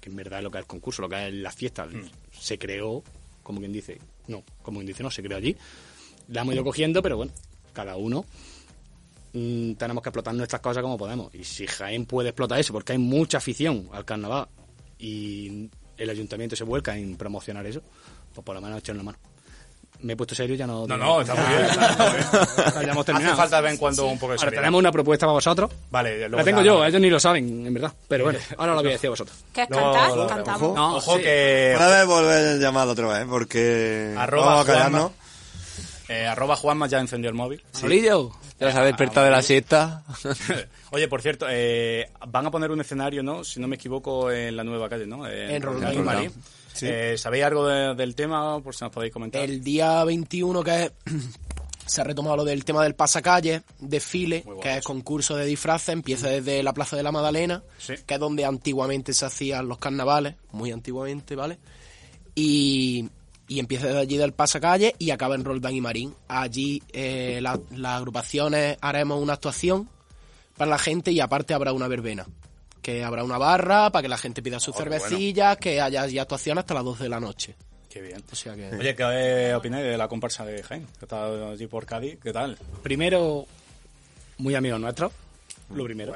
Speaker 4: que en verdad es lo que es el concurso, lo que es la fiesta,
Speaker 2: Mm.
Speaker 4: se creó, como quien dice, no, como quien dice, no, se creó allí, la hemos ido
Speaker 2: Mm.
Speaker 4: cogiendo, pero bueno, cada uno mm, tenemos que explotar nuestras cosas como podemos. Y si Jaén puede explotar eso, porque hay mucha afición al carnaval y el ayuntamiento se vuelca en promocionar eso, pues por lo menos echarle una mano. Me he puesto serio y ya no.
Speaker 2: No, no, está muy bien. Está muy bien.
Speaker 4: Ya hemos terminado.
Speaker 2: Hace falta de vez en cuando un poco de
Speaker 4: Ahora
Speaker 2: seriedad.
Speaker 4: tenemos una propuesta para vosotros.
Speaker 2: Vale, luego
Speaker 4: La tengo
Speaker 2: ya-
Speaker 4: yo, ¿eh? ellos ni lo saben, en verdad. Pero bueno, ahora lo voy a decir a vosotros.
Speaker 7: ¿Qué es
Speaker 2: Luego-
Speaker 7: cantar?
Speaker 2: luego-
Speaker 7: Cantamos.
Speaker 2: Ojo,
Speaker 4: No,
Speaker 2: ojo
Speaker 4: sí.
Speaker 2: que
Speaker 9: Una vez Eh, volver a llamar otra vez, ¿eh? porque
Speaker 2: Arroba
Speaker 9: vamos a
Speaker 2: Juanma.
Speaker 9: callarnos.
Speaker 2: eh, arroba Juanma ya encendió el móvil.
Speaker 4: Manolillo.
Speaker 5: Ya se ha despertado de la siesta.
Speaker 2: Oye, por cierto, eh, van a poner un escenario, ¿no? Si no me equivoco, en la nueva calle, ¿no?
Speaker 8: En Roldán.
Speaker 2: Roldán y Marí.
Speaker 8: Roldán.
Speaker 2: Eh, ¿Sabéis algo de- del tema? Por si nos podéis comentar.
Speaker 8: El día 21 que es- se ha retomado lo del tema del pasacalle, desfile, que es concurso de disfraces,
Speaker 2: Mm.
Speaker 8: empieza desde la Plaza de la Magdalena, que es donde antiguamente se hacían los carnavales, muy antiguamente, ¿vale? Y, y empieza desde allí del pasacalle y acaba en Roldán y Marín. Allí eh, la- las agrupaciones haremos una actuación para la gente y aparte habrá una verbena. Que habrá una barra para que la gente pida sus
Speaker 2: Oh, qué bueno.
Speaker 8: cervecillas, que haya ya actuación hasta las 12 de la noche.
Speaker 2: Qué bien.
Speaker 8: O sea que...
Speaker 2: Oye, ¿qué eh, opináis de la comparsa de Jaén? Que está allí por Cádiz. ¿Qué tal?
Speaker 4: Primero, muy amigo nuestro, lo
Speaker 2: Mm,
Speaker 4: primero.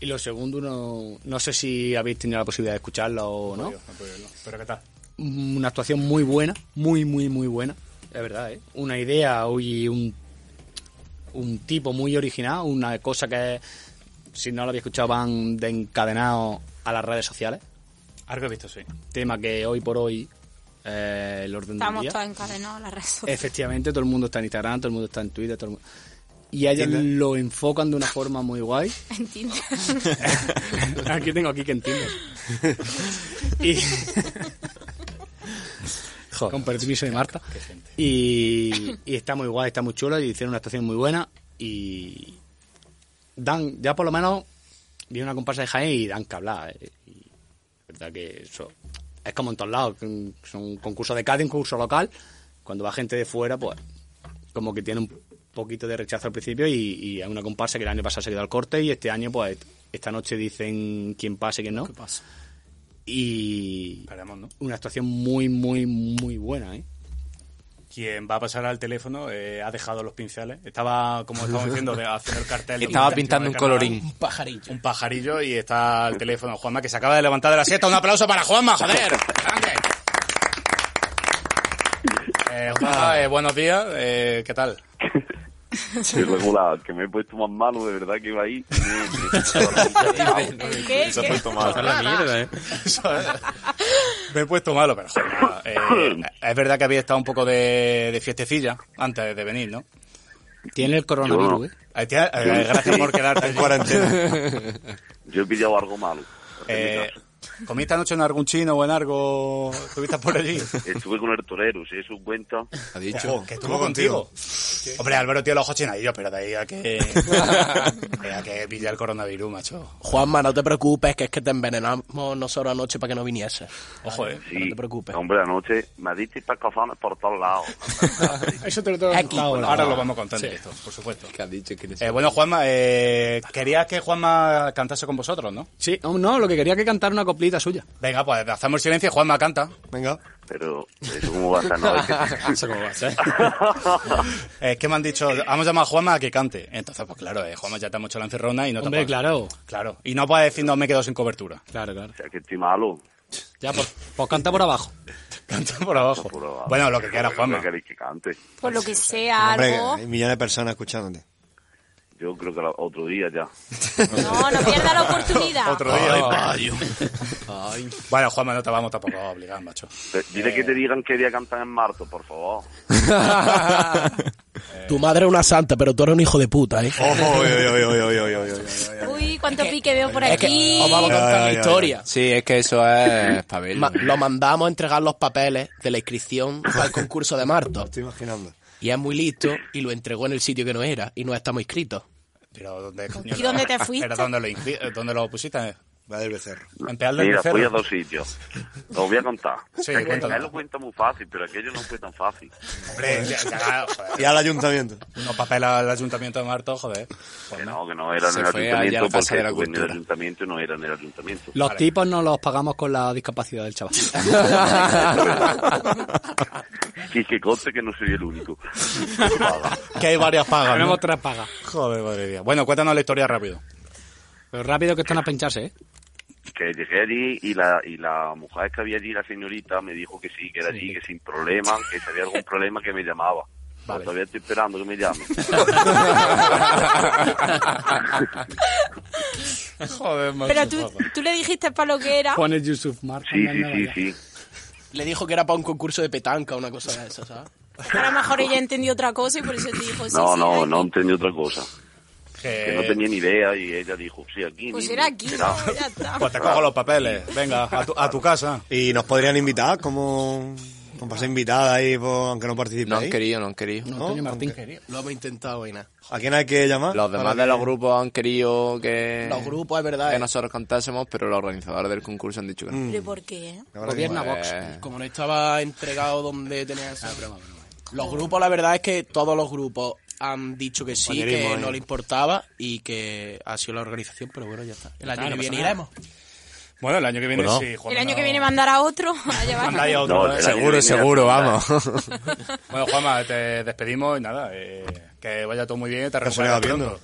Speaker 4: Y lo segundo, no, no sé si habéis tenido la posibilidad de escucharlo o no. Mm,
Speaker 2: Oye, no puedo verlo. Pero ¿qué tal?
Speaker 4: Una actuación muy buena, muy, muy, muy buena. Es verdad, ¿eh? Una idea y un, un tipo muy original, una cosa que, si no lo había escuchado, van de encadenado a las redes sociales.
Speaker 2: Algo he visto, sí.
Speaker 4: Tema que hoy por hoy eh, el orden del
Speaker 7: Estamos
Speaker 4: día.
Speaker 7: todos encadenados a las redes sociales.
Speaker 4: Efectivamente, todo el mundo está en Instagram, todo el mundo está en Twitter, todo el mundo... Y a ellos
Speaker 7: Tinder.
Speaker 4: lo enfocan de una forma muy guay.
Speaker 7: En Tinder.
Speaker 4: aquí tengo aquí que entiendes. y... Con permiso de Marta. Y, y está muy guay, está muy chulo. Y hicieron una actuación muy buena. Y dan, ya por lo menos, viene una comparsa de Jaén y dan que hablar. eh. Y, la verdad que eso es como en todos lados. que Son un concurso de cada un concurso local. Cuando va gente de fuera, pues como que tiene un poquito de rechazo al principio y, y hay una comparsa que el año pasado se quedó al corte y este año pues esta noche dicen quién pasa y quién no. Y una actuación muy, muy, muy buena, ¿eh?
Speaker 2: Quien va a pasar al teléfono eh, ha dejado los pinceles. Estaba, como estamos diciendo, de- haciendo el cartel.
Speaker 5: Estaba pintando un colorín.
Speaker 2: Un pajarillo. Un pajarillo y está al teléfono Juanma, que se acaba de levantar de la siesta. Un aplauso para Juanma, joder. Grande. Eh, Juanma, eh, buenos días. Eh, ¿Qué tal?
Speaker 10: Irregular, que me he puesto más malo, de verdad que iba ahí.
Speaker 7: ¿Qué?
Speaker 2: Se ha puesto malo. Está en la mierda, ¿eh? Me he puesto malo, pero joder, nada. Eh, es verdad que había estado un poco de, de fiestecilla antes de venir, ¿no?
Speaker 4: Tiene el
Speaker 10: coronavirus, Yo no.
Speaker 2: Eh, tía, eh, gracias por quedarte en cuarentena.
Speaker 10: Yo he pillado algo malo.
Speaker 2: Eh, ¿Comiste anoche en algún chino o en algo? ¿Estuviste por allí?
Speaker 10: Estuve con el torero, si eso cuenta.
Speaker 5: Ha
Speaker 2: Ojo, que estuvo contigo. Hombre, Álvaro tiene los ojos chinadillos, pero de ahí a que, a que pillar el coronavirus, macho.
Speaker 8: Juanma, no te preocupes, que es que te envenenamos nosotros anoche para que no viniese.
Speaker 2: Ojo, eh.
Speaker 10: Sí, no te preocupes. Hombre, anoche me diste pescazones por todos lados.
Speaker 4: Eso te lo tengo
Speaker 2: Aquí, bueno, ahora lo vamos a contar en directo, por supuesto. Eh, bueno, Juanma, eh, querías que Juanma cantase con vosotros, ¿no?
Speaker 4: Sí, oh, no, lo que quería que cantar una coplita suya.
Speaker 2: Venga, pues hacemos silencio y Juanma canta.
Speaker 4: Venga.
Speaker 10: Pero, ¿eso cómo va a ser? No, es que-
Speaker 2: Eso cómo va a ser. es que Eh, me han dicho, vamos a llamar a Juanma a que cante. Entonces, pues claro, eh, Juanma ya te hemos hecho la encerrona y no
Speaker 4: Hombre,
Speaker 2: te puedo-
Speaker 4: claro.
Speaker 2: Claro. Y no puedes decir, no, me quedo sin cobertura.
Speaker 4: Claro, claro.
Speaker 10: O sea, que estoy malo.
Speaker 4: Ya, pues, pues canta por abajo.
Speaker 2: Canta por abajo.
Speaker 10: Bueno,
Speaker 2: lo que quiera,
Speaker 10: Juanma. queréis que cante?
Speaker 7: Por lo que sea, algo.
Speaker 9: hay millones de personas escuchándote.
Speaker 10: Yo creo que la- otro día ya.
Speaker 7: No, no pierda la oportunidad.
Speaker 2: Otro día. Bueno, Juanma, no te vamos tampoco a obligar, macho.
Speaker 10: Te- Dile que te digan que día cantan en marzo, por favor.
Speaker 8: Tu madre es una santa, pero tú eres un hijo de puta, ¿eh?
Speaker 7: Uy, cuánto pique veo por aquí.
Speaker 8: Os vamos a contar la
Speaker 5: ya, ya.
Speaker 8: historia.
Speaker 5: Sí, es que eso es para verlo.
Speaker 8: Ma- lo mandamos a entregar los papeles de la inscripción al concurso de Marto. estoy imaginando. Y es muy listo y lo entregó en el sitio que no era y no estamos inscritos.
Speaker 2: Pero ¿dónde coño?
Speaker 8: ¿Y dónde te fuiste?
Speaker 2: Era donde lo, incri- eh, donde lo pusiste.
Speaker 9: Va del becerro.
Speaker 2: En Peal del
Speaker 10: Mira, fui a
Speaker 2: Becerro.
Speaker 10: dos sitios. Os voy a contar.
Speaker 2: Sí,
Speaker 10: Es que
Speaker 2: cuéntalo.
Speaker 10: Él lo cuenta muy fácil, pero aquello no fue tan fácil.
Speaker 2: Hombre, ya- ya, joder.
Speaker 9: Y al ayuntamiento.
Speaker 2: Unos papeles al ayuntamiento de Marto, joder. Pues
Speaker 10: No, que no era en
Speaker 2: Se
Speaker 10: el
Speaker 2: fue allá a la Casa
Speaker 10: ayuntamiento porque
Speaker 2: de la
Speaker 10: estuve en el
Speaker 2: Cultura.
Speaker 10: ayuntamiento y no era en el ayuntamiento.
Speaker 4: Los
Speaker 10: Vale.
Speaker 4: tipos no los pagamos con la discapacidad del chaval.
Speaker 10: Y que conste que no soy el único.
Speaker 2: Que hay varias pagas.
Speaker 4: Tenemos
Speaker 2: ¿no?
Speaker 4: tres pagas.
Speaker 2: Joder, madre mía. Bueno, cuéntanos la historia rápido.
Speaker 4: Pero rápido que están a pincharse, ¿eh?
Speaker 10: que llegué allí y la, y la mujer que había allí, la señorita, me dijo que sí, que era allí, que sin problema, que si había algún problema que me llamaba. Pues Todavía estoy esperando que me llame.
Speaker 2: Joder,
Speaker 7: Pero tú, tú le dijiste para lo que era.
Speaker 4: Pone Yusuf Marta.
Speaker 10: Sí, sí, sí, sí.
Speaker 8: Le dijo que era para un concurso de petanca o una cosa de esas, ¿sabes?
Speaker 7: A lo mejor ella entendió otra cosa y por eso te dijo, sí,
Speaker 10: No,
Speaker 7: sí,
Speaker 10: no,
Speaker 7: aquí.
Speaker 10: no entendí otra cosa. Que no tenía ni idea y ella dijo, sí, aquí.
Speaker 7: Pues
Speaker 10: mismo,
Speaker 7: era aquí,
Speaker 10: será.
Speaker 7: ¿no? ya está.
Speaker 2: Pues te cojo los papeles. Venga, a tu, a tu casa.
Speaker 9: Y nos podrían invitar como comparsa invitada ahí, pues, aunque no participe.
Speaker 5: No han
Speaker 9: ahí.
Speaker 5: querido, no han querido.
Speaker 8: Lo hemos intentado y nada.
Speaker 9: ¿A quién hay que llamar?
Speaker 5: Los demás
Speaker 9: Para
Speaker 5: de los
Speaker 9: que-
Speaker 5: grupos han querido que...
Speaker 8: Los grupos, es verdad.
Speaker 5: Que
Speaker 8: ¿eh?
Speaker 5: nosotros cantásemos, pero los organizadores del concurso han dicho que no.
Speaker 7: ¿Pero por qué?
Speaker 8: Gobierna Vox.
Speaker 5: Eh.
Speaker 8: Como no estaba entregado donde tenía eso. Los grupos, la verdad es que todos los grupos han dicho que sí,
Speaker 4: Compañerismo,
Speaker 8: que
Speaker 4: ¿eh?
Speaker 8: no le importaba y que ha sido la organización, pero bueno, ya está. El año
Speaker 2: Ah, no
Speaker 8: que
Speaker 2: pasa
Speaker 8: viene
Speaker 2: nada.
Speaker 8: iremos.
Speaker 2: Bueno, el año que viene
Speaker 5: Bueno.
Speaker 2: sí, Juanma.
Speaker 7: El año que viene mandar a otro a llevar.
Speaker 2: Mandáis a otro,
Speaker 5: No,
Speaker 2: ¿eh?
Speaker 5: el año que viene Seguro, ya se seguro, verá.
Speaker 2: bueno, Juanma, te despedimos y nada, eh, que vaya todo muy bien, te
Speaker 9: Que se
Speaker 2: recuperas
Speaker 9: vaya
Speaker 2: pronto.
Speaker 9: viendo.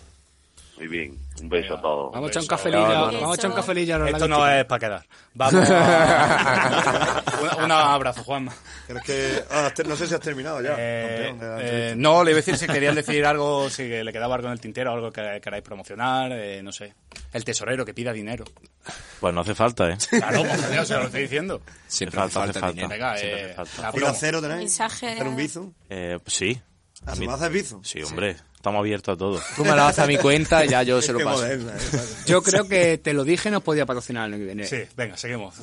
Speaker 10: Muy bien. Un beso a todos.
Speaker 4: Vamos a echar un cafelillo.
Speaker 10: No, no, no.
Speaker 4: Vamos a echar un cafelillo. ahora,
Speaker 2: Esto
Speaker 4: Lagartija.
Speaker 2: no es para quedar. Vamos. a- un, un abrazo, Juanma.
Speaker 9: ¿Crees que, ah, te- no sé si has terminado ya. campeón de la
Speaker 2: Eh,
Speaker 9: entrevista.
Speaker 2: no, le iba a decir si querían decir algo, si le quedaba algo en el tintero, algo que queráis promocionar, eh, no sé. El tesorero que pida dinero.
Speaker 6: Pues no hace falta, ¿eh?
Speaker 2: Claro, pues, Dios, se lo estoy diciendo.
Speaker 6: Siempre hace falta, falta.
Speaker 2: Venga,
Speaker 6: Siempre
Speaker 2: eh,
Speaker 6: hace falta.
Speaker 2: la
Speaker 9: ¿Un
Speaker 2: promo.
Speaker 9: acero tenéis?
Speaker 7: Mensaje.
Speaker 9: ¿Hacer un bizu?
Speaker 6: Eh, pues sí.
Speaker 9: Ah,
Speaker 6: A
Speaker 9: ¿se
Speaker 6: mí-
Speaker 9: me haces bizu?
Speaker 6: Sí, hombre. Estamos abiertos a todo.
Speaker 5: Tú me lo haces a mi cuenta y ya yo se lo
Speaker 9: Qué
Speaker 5: paso.
Speaker 9: moderna, eh.
Speaker 4: Yo creo que te lo dije, nos podía patrocinar el año que viene.
Speaker 2: Sí, venga, seguimos.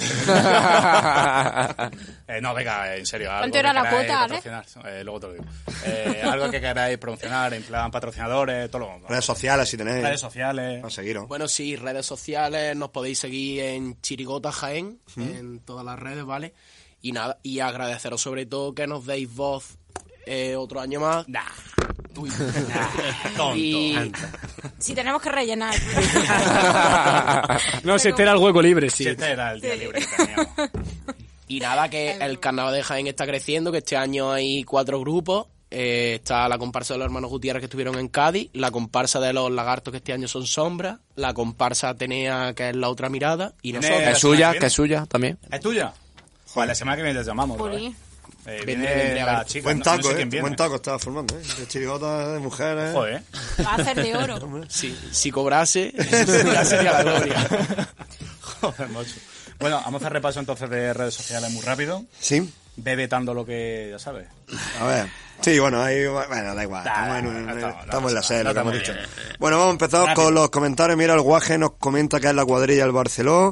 Speaker 2: Eh, no, venga, eh, en serio. algo
Speaker 7: ¿Cuánto
Speaker 2: que
Speaker 7: era la
Speaker 2: queráis
Speaker 7: cuota, Ale?
Speaker 2: patrocinar, eh, luego te lo digo. Eh, algo que queráis promocionar, en plan patrocinadores, todo lo
Speaker 9: Redes sociales, si tenéis.
Speaker 2: Redes sociales.
Speaker 9: A seguiros.
Speaker 8: Bueno, sí, redes sociales, nos podéis seguir en Chirigota Jaén,
Speaker 9: Ujú.
Speaker 8: en todas las redes, ¿vale? Y nada, y agradeceros sobre todo que nos deis voz eh, otro año más. Uy. Y-
Speaker 7: Si tenemos que rellenar.
Speaker 4: no, si este era el hueco libre, sí.
Speaker 2: Si este era el día libre.
Speaker 8: Y nada, que el carnaval de Jaén está creciendo, que este año hay cuatro grupos. Eh, está la comparsa de los hermanos Gutiérrez que estuvieron en Cádiz, la comparsa de los lagartos que este año son sombras, la comparsa Atenea que es la otra mirada, y
Speaker 2: Tiene
Speaker 8: nosotros...
Speaker 2: la
Speaker 5: Es suya, que es suya también.
Speaker 2: ¿Es tuya? Joder, la semana que viene te llamamos. otra vez. Eh, viene
Speaker 8: Vendré, vendré a
Speaker 2: la
Speaker 8: ver.
Speaker 2: chica.
Speaker 9: Buen
Speaker 2: no-
Speaker 9: taco,
Speaker 2: no sé
Speaker 9: eh.
Speaker 2: quién viene.
Speaker 9: Buen taco estaba formando, eh. De chirigotas, de mujeres.
Speaker 2: Joder.
Speaker 7: Va a ser de oro.
Speaker 8: Sí, si cobrase, ya sería la gloria.
Speaker 2: Joder, macho. Bueno, vamos a hacer repaso entonces de redes sociales muy rápido.
Speaker 9: Sí.
Speaker 2: Bebetando lo que ya sabes.
Speaker 9: A ver. Sí, bueno, ahí, bueno, da igual. Estamos en, un- estamos en la sede,
Speaker 2: no
Speaker 9: lo que hemos dicho.
Speaker 2: estamos
Speaker 9: Bueno, vamos a empezar
Speaker 2: Rápido.
Speaker 9: con los comentarios. Mira, el guaje nos comenta que es la cuadrilla del Barceló.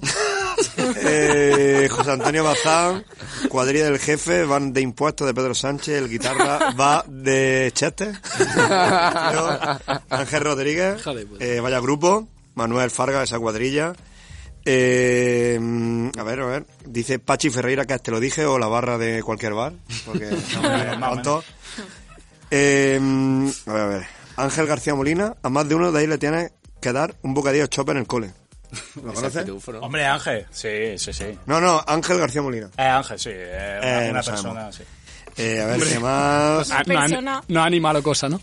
Speaker 9: Eh, José Antonio Bazán, cuadrilla del jefe, van de impuestos de Pedro Sánchez, el guitarra va de Chester. Yo, Ángel Rodríguez, eh, vaya grupo, Manuel Farga, esa cuadrilla. Eh, a ver, a ver, dice Pachi Ferreira que te lo dije o la barra de cualquier bar, porque tanto. Eh, a ver, a ver. Ángel García Molina, a más de uno de ahí le tiene que dar un bocadillo de chope en el cole. ¿Lo conoces?
Speaker 2: Hombre, Ángel. Sí, sí, sí. Eh,
Speaker 9: No, no, Ángel García Molina.
Speaker 2: Ángel, sí. eh, una,
Speaker 9: Eh,
Speaker 2: una
Speaker 9: no sabemos.
Speaker 2: persona, sí.
Speaker 9: Eh, a ver, ¿qué más?
Speaker 4: Ah, No, ha- no ha animado cosa, ¿no?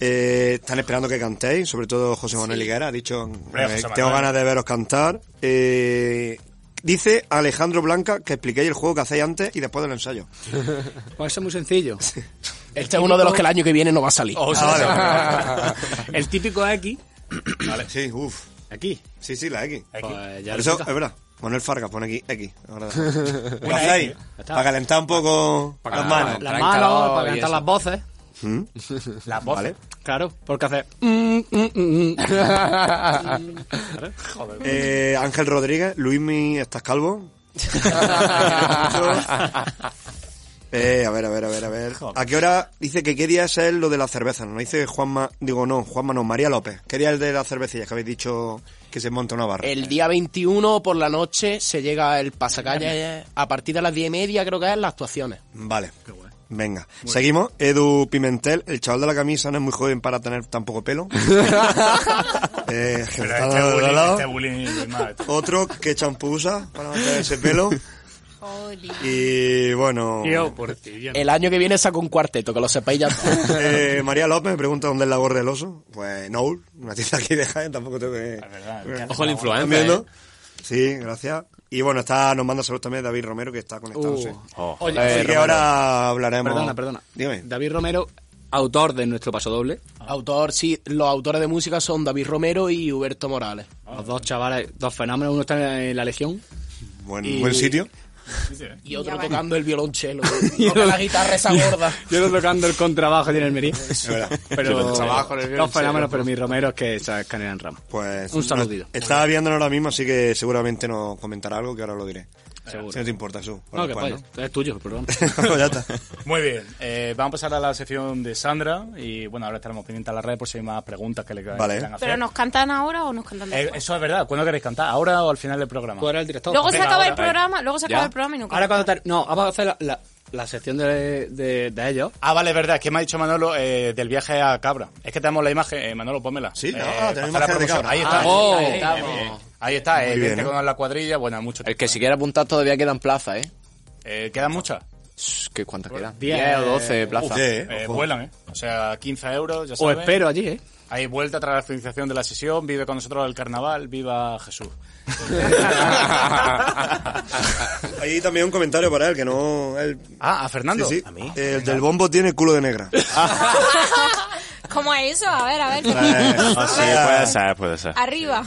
Speaker 9: Eh, están esperando que cantéis, sobre todo José Manuel Higuera. Ha dicho, eh,
Speaker 2: José Manuel.
Speaker 9: tengo ganas de veros cantar. Eh, dice Alejandro Blanca que expliquéis el juego que hacéis antes y después del ensayo.
Speaker 4: Pues eso es muy sencillo.
Speaker 8: Este es uno de los que el año que viene no va a salir.
Speaker 4: El típico X.
Speaker 2: Vale.
Speaker 9: Sí, uff.
Speaker 4: Aquí.
Speaker 9: Sí, sí, la X.
Speaker 2: eh,
Speaker 4: Pues ya
Speaker 9: Por
Speaker 4: lo
Speaker 9: eso, eh,
Speaker 4: explica.
Speaker 9: es verdad. Manuel Fargas pone aquí X. Ahora, ¿Lo
Speaker 2: Una
Speaker 9: hacéis?
Speaker 2: X.
Speaker 4: Ya está.
Speaker 9: Para calentar un poco las manos.
Speaker 4: Las
Speaker 5: Tranca,
Speaker 4: manos,
Speaker 5: oh,
Speaker 4: para
Speaker 5: y
Speaker 4: cantar
Speaker 5: eso.
Speaker 4: las voces.
Speaker 9: ¿Mm?
Speaker 2: Las voces.
Speaker 4: Claro, porque hace... mm, mm, mm, mm.
Speaker 9: Eh, Ángel Rodríguez, Luismi, ¿estás calvo? Eh, a ver, a ver, a ver, a ver. ¿A qué hora dice que qué día es el lo de la cerveza? No dice Juanma, digo no, Juanma no, María López. ¿Qué día es el de la cervecilla que habéis dicho que se monta una
Speaker 2: Eh.
Speaker 9: barra?
Speaker 8: El día 21 por la noche se llega el pasacalle a partir de las 10 y media, creo que es, las actuaciones.
Speaker 9: Vale. Venga, seguimos. Edu Pimentel, el chaval de la camisa no es muy joven para tener tan poco pelo. Eh, que
Speaker 2: Pero
Speaker 9: está
Speaker 2: este
Speaker 9: dando de
Speaker 2: bullying,
Speaker 9: lado.
Speaker 2: este bullying es mal.
Speaker 9: Otro que champú usa para mantener ese pelo.
Speaker 7: Oli.
Speaker 9: Y bueno.
Speaker 8: El año que viene saco un cuarteto, que lo sepáis ya.
Speaker 9: Eh, María López me pregunta dónde es la gorra del oso. Pues no, una tienda aquí de Jaén, tampoco tengo Eh, que...
Speaker 11: Ojo al influencer,
Speaker 9: ¿Están viendo? Sí, gracias. Y bueno, está, nos manda saludos también David Romero, que está conectándose.
Speaker 6: Oh.
Speaker 9: Así
Speaker 4: Oye,
Speaker 9: que
Speaker 4: Uh, Romero.
Speaker 9: ahora hablaremos...
Speaker 4: Perdona, perdona.
Speaker 9: Dígame.
Speaker 4: David Romero, autor de nuestro paso doble.
Speaker 8: Autor, sí, los autores de música son David Romero y Huberto Morales.
Speaker 4: Los dos chavales, dos fenómenos. Uno está en la Legión.
Speaker 9: Buen,
Speaker 4: Y-
Speaker 9: buen sitio.
Speaker 8: Y otro tocando el violonchelo. Toca la guitarra esa gorda.
Speaker 4: Yo estoy tocando el contrabajo tiene el Merí.
Speaker 9: verdad.
Speaker 4: Pero
Speaker 8: Contrabajo, el
Speaker 4: dos
Speaker 8: violonchelo.
Speaker 4: fenómenos, pero mis Romero es que se escanean en rama.
Speaker 9: Pues...
Speaker 4: Un saludito.
Speaker 9: no- estaba viéndolo ahora mismo, así que seguramente nos comentará algo que ahora lo diré.
Speaker 4: Seguro.
Speaker 9: Si no te importa, Su. por
Speaker 4: No, que
Speaker 9: después,
Speaker 4: vaya, esto es tuyo, perdón.
Speaker 9: ¿no? Pues ya está.
Speaker 2: Muy bien, eh, vamos a pasar a la sección de Sandra y bueno, ahora estaremos pendientes a la red por si hay más preguntas que le que
Speaker 9: Vale.
Speaker 2: quieran hacer.
Speaker 7: ¿Pero nos cantan ahora o nos cantan
Speaker 2: Eh,
Speaker 7: después?
Speaker 2: eso es verdad, ¿cuándo queréis cantar? ¿Ahora o al final del programa?
Speaker 4: Tú eres el director.
Speaker 7: Luego se
Speaker 2: Venga,
Speaker 7: acaba el
Speaker 2: ahora.
Speaker 7: programa, luego se acaba
Speaker 2: Ya.
Speaker 7: el programa y no
Speaker 4: Ahora
Speaker 7: cantan.
Speaker 4: cuando ter- No, vamos a hacer la, la, la sección de, de, de ellos.
Speaker 2: Ah, vale, es verdad, es que me ha dicho Manolo eh, del viaje a Cabra. Es que tenemos la imagen, eh, Manolo, pónmela.
Speaker 9: Sí,
Speaker 2: Eh,
Speaker 9: ah,
Speaker 2: para
Speaker 9: tenemos
Speaker 2: la
Speaker 9: imagen de
Speaker 2: promoción.
Speaker 9: Cabra.
Speaker 2: Ahí está.
Speaker 8: Ah, oh,
Speaker 2: ahí,
Speaker 8: estamos.
Speaker 2: eh, ahí está, eh,
Speaker 9: bien,
Speaker 2: vente
Speaker 9: ¿eh?
Speaker 2: con la cuadrilla, bueno, mucho
Speaker 5: El que si quiere apuntar todavía quedan plazas, ¿eh?
Speaker 2: Eh, ¿Quedan muchas?
Speaker 5: ¿Qué, ¿Cuántas quedan?
Speaker 4: 10
Speaker 5: 10 o 12 plazas.
Speaker 2: vuelan, ¿eh? O sea, 15 euros, ya
Speaker 4: O
Speaker 2: sabes.
Speaker 4: espero allí, ¿eh?
Speaker 2: Hay vuelta tras la finalización de la sesión. Vive con nosotros el carnaval. Viva Jesús. Ah,
Speaker 9: Hay también un comentario para él que no. él-
Speaker 2: Ah, a Fernando.
Speaker 9: Sí, sí.
Speaker 2: Eh,
Speaker 9: El del bombo tiene culo de negra.
Speaker 7: ¿Cómo es eso? A ver, a ver.
Speaker 6: Ah,
Speaker 8: pues,
Speaker 6: sí, puede ser, puede ser.
Speaker 7: Arriba.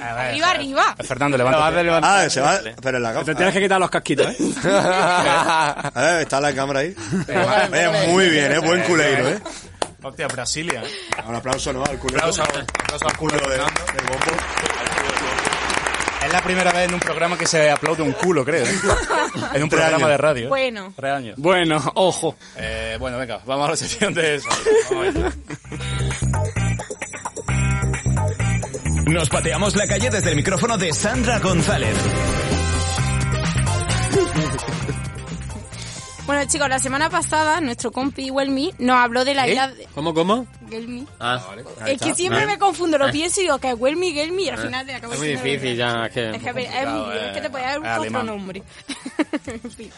Speaker 2: Arriba,
Speaker 7: arriba.
Speaker 2: Fernando, levántate. Ah.
Speaker 9: Ah, se va. Pero en la cámara.
Speaker 4: Te tienes que quitar los casquitos, ¿eh?
Speaker 9: A ver, está la cámara ahí. Oye, muy bien, ¿eh? Buen culeiro, ¿eh?
Speaker 2: Hostia, Brasilia. ¿eh?
Speaker 9: Un aplauso, ¿no? Al culeiro.
Speaker 2: Aplauso, aplauso al culo de
Speaker 9: Fernando.
Speaker 2: Es la primera vez en un programa que se aplaude un culo, creo. ¿eh? En
Speaker 4: Tres
Speaker 2: un programa
Speaker 4: años.
Speaker 2: de radio. ¿eh?
Speaker 7: Bueno.
Speaker 2: Tres años.
Speaker 4: Bueno, ojo.
Speaker 2: Eh, bueno, venga, vamos a la sesión de eso.
Speaker 1: Nos pateamos la calle desde el micrófono de Sandra González.
Speaker 7: Bueno, chicos, la semana pasada nuestro compi Welmi nos habló de la
Speaker 8: ¿Eh?
Speaker 7: isla de...
Speaker 8: ¿Cómo, cómo?
Speaker 7: Gelmi.
Speaker 8: Ah, Ahí
Speaker 7: Es que
Speaker 8: está.
Speaker 7: siempre
Speaker 8: Ah.
Speaker 7: me confundo, lo
Speaker 8: Ah.
Speaker 7: pienso y digo que es Welmi, Gelmi y al
Speaker 8: Ah.
Speaker 7: final te acabo
Speaker 8: Es muy
Speaker 7: diciendo lo
Speaker 8: difícil
Speaker 7: que-
Speaker 8: ya, es que...
Speaker 7: Es que, es muy- es
Speaker 2: eh,
Speaker 7: que te podía dar
Speaker 8: Es
Speaker 7: otro
Speaker 8: alemán.
Speaker 7: nombre. En fin.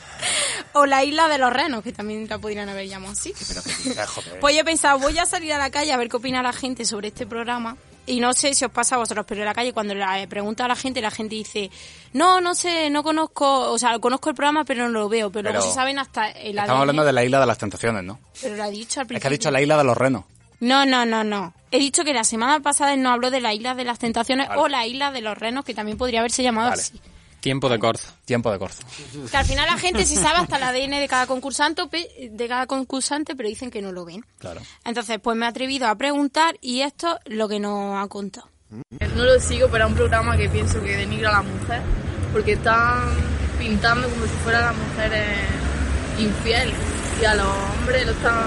Speaker 7: O la isla de los renos, que también la podrían haber llamado así. Pues yo he pensado, voy a salir a la calle a ver qué opina la gente sobre este programa. Y no sé si os pasa a vosotros, pero en la calle cuando la eh, pregunto a la gente, la gente dice, no, no sé, no conozco, o sea, conozco el programa, pero no lo veo. Pero, luego
Speaker 2: Pero
Speaker 7: se saben hasta el
Speaker 2: Estamos
Speaker 7: ADN.
Speaker 2: hablando de la isla de las tentaciones, ¿no?
Speaker 7: Pero lo ha dicho al
Speaker 2: Es
Speaker 7: principio.
Speaker 2: que ha dicho la isla de los renos.
Speaker 7: No, no, no, no. He dicho que la semana pasada él no habló de la isla de las tentaciones
Speaker 2: Vale.
Speaker 7: o la isla de los renos, que también podría haberse llamado así.
Speaker 8: Tiempo de corzo.
Speaker 2: Tiempo de corzo.
Speaker 7: Que al final la gente se sabe hasta el ADN de cada concursante, pe- de cada concursante, pero dicen que no lo ven.
Speaker 2: Claro.
Speaker 7: Entonces, pues me he atrevido a preguntar y esto es lo que nos ha contado.
Speaker 11: No lo sigo, pero es un programa que pienso que denigra a la mujer, porque están pintando como si fueran las mujeres infieles y a los hombres lo están,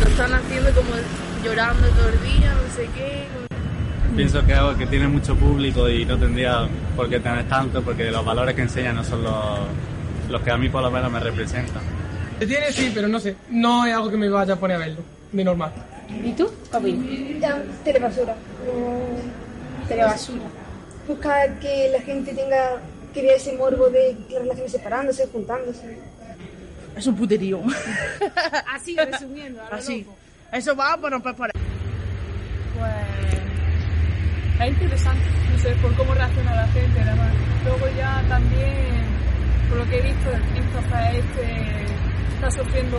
Speaker 11: lo están haciendo como llorando todo el día, no sé qué.
Speaker 12: Pienso que, que tiene mucho público y no tendría por qué tener tanto, porque los valores que enseña no son los, los que a mí por lo menos me representan.
Speaker 13: Tiene sí, pero no sé. No es algo que me vaya a poner a verlo, de normal.
Speaker 14: ¿Y tú? Ya, telebasura. No-
Speaker 13: Telebasura.
Speaker 14: Buscar que la gente tenga que vea ese morbo de las relaciones separándose, juntándose.
Speaker 15: Es un puterío.
Speaker 11: Así, resumiendo,
Speaker 15: Así. Eso va, bueno, pues para...
Speaker 11: Pues es interesante, no sé, por cómo reacciona la gente, además. Luego ya también, por lo que he visto, el Christopher este está sufriendo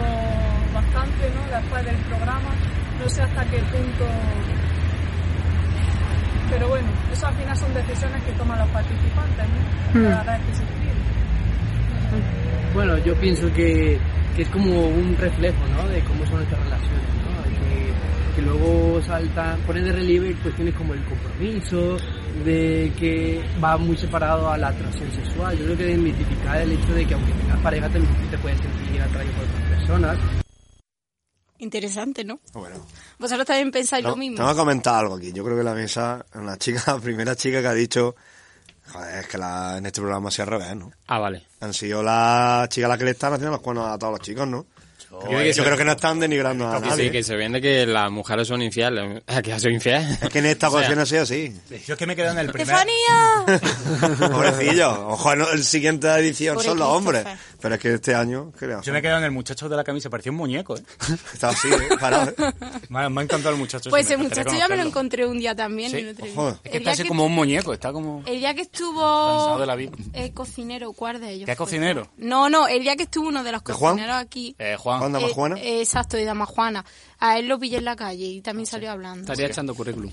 Speaker 11: bastante, ¿no? Después del programa, no sé hasta qué punto... Pero bueno, eso al final son decisiones que toman los participantes, ¿no?
Speaker 16: Hmm.
Speaker 11: Cada vez que se escribe.
Speaker 16: Bueno, yo pienso que, que es como un reflejo, ¿no? De cómo son nuestras relaciones, ¿no? Que, que luego saltan, ponen de relieve cuestiones como el compromiso, de que va muy separado a la atracción sexual. Yo creo que desmitificar el hecho de que aunque tengas pareja, también te puedes sentir atraído por otras personas.
Speaker 7: Interesante, ¿no?
Speaker 9: Oh, Bueno.
Speaker 7: Vosotros también pensáis
Speaker 9: No,
Speaker 7: lo mismo.
Speaker 9: Tengo que comentar algo aquí. Yo creo que la mesa, la chica, la primera chica que ha dicho, joder, es que la, en este programa se al revés, ¿no?
Speaker 8: Ah, vale.
Speaker 9: Han sido las chicas las que le están haciendo los cuernos a todos los chicos, ¿no? Yo,
Speaker 8: creo que se-
Speaker 9: creo que no están denigrando a
Speaker 8: Que sí,
Speaker 9: nadie.
Speaker 8: que se vende que las mujeres son infieles. Ah, Que yo soy infiel.
Speaker 9: Es que en esta ocasión ha sido así.
Speaker 2: Yo es que me quedo en el primer...
Speaker 7: ¡Estefanía!
Speaker 9: Pobrecillo. Ojo, no, el siguiente edición
Speaker 2: Pobre
Speaker 9: son los hombres.
Speaker 2: Christopher.
Speaker 9: Pero es que este año, creo.
Speaker 2: Yo me quedo en el muchacho de la camisa, parecía un muñeco, ¿eh?
Speaker 9: Está así, ¿eh? Parado, ¿eh?
Speaker 2: Me, me ha encantado el muchacho.
Speaker 7: Pues
Speaker 2: ese,
Speaker 7: el
Speaker 2: me gustaría
Speaker 7: muchacho ya me lo
Speaker 2: conocerlo.
Speaker 7: encontré un día también. en otro
Speaker 2: Sí.
Speaker 7: día.
Speaker 2: Es que
Speaker 7: El
Speaker 2: está
Speaker 7: día
Speaker 2: así como un muñeco, está como...
Speaker 7: El día que
Speaker 2: Cansado de
Speaker 7: estuvo
Speaker 2: la vida.
Speaker 7: el cocinero, ¿cuál de ellos?
Speaker 2: ¿Qué
Speaker 7: fue?
Speaker 2: cocinero?
Speaker 7: No, no, el día que estuvo uno de los
Speaker 2: ¿De Juan?
Speaker 7: cocineros aquí.
Speaker 2: Eh, Juan. Juan
Speaker 7: Eh, eh, exacto, de Dama Juana. A él lo pillé en la calle y también salió hablando.
Speaker 4: Estaría echando currículum.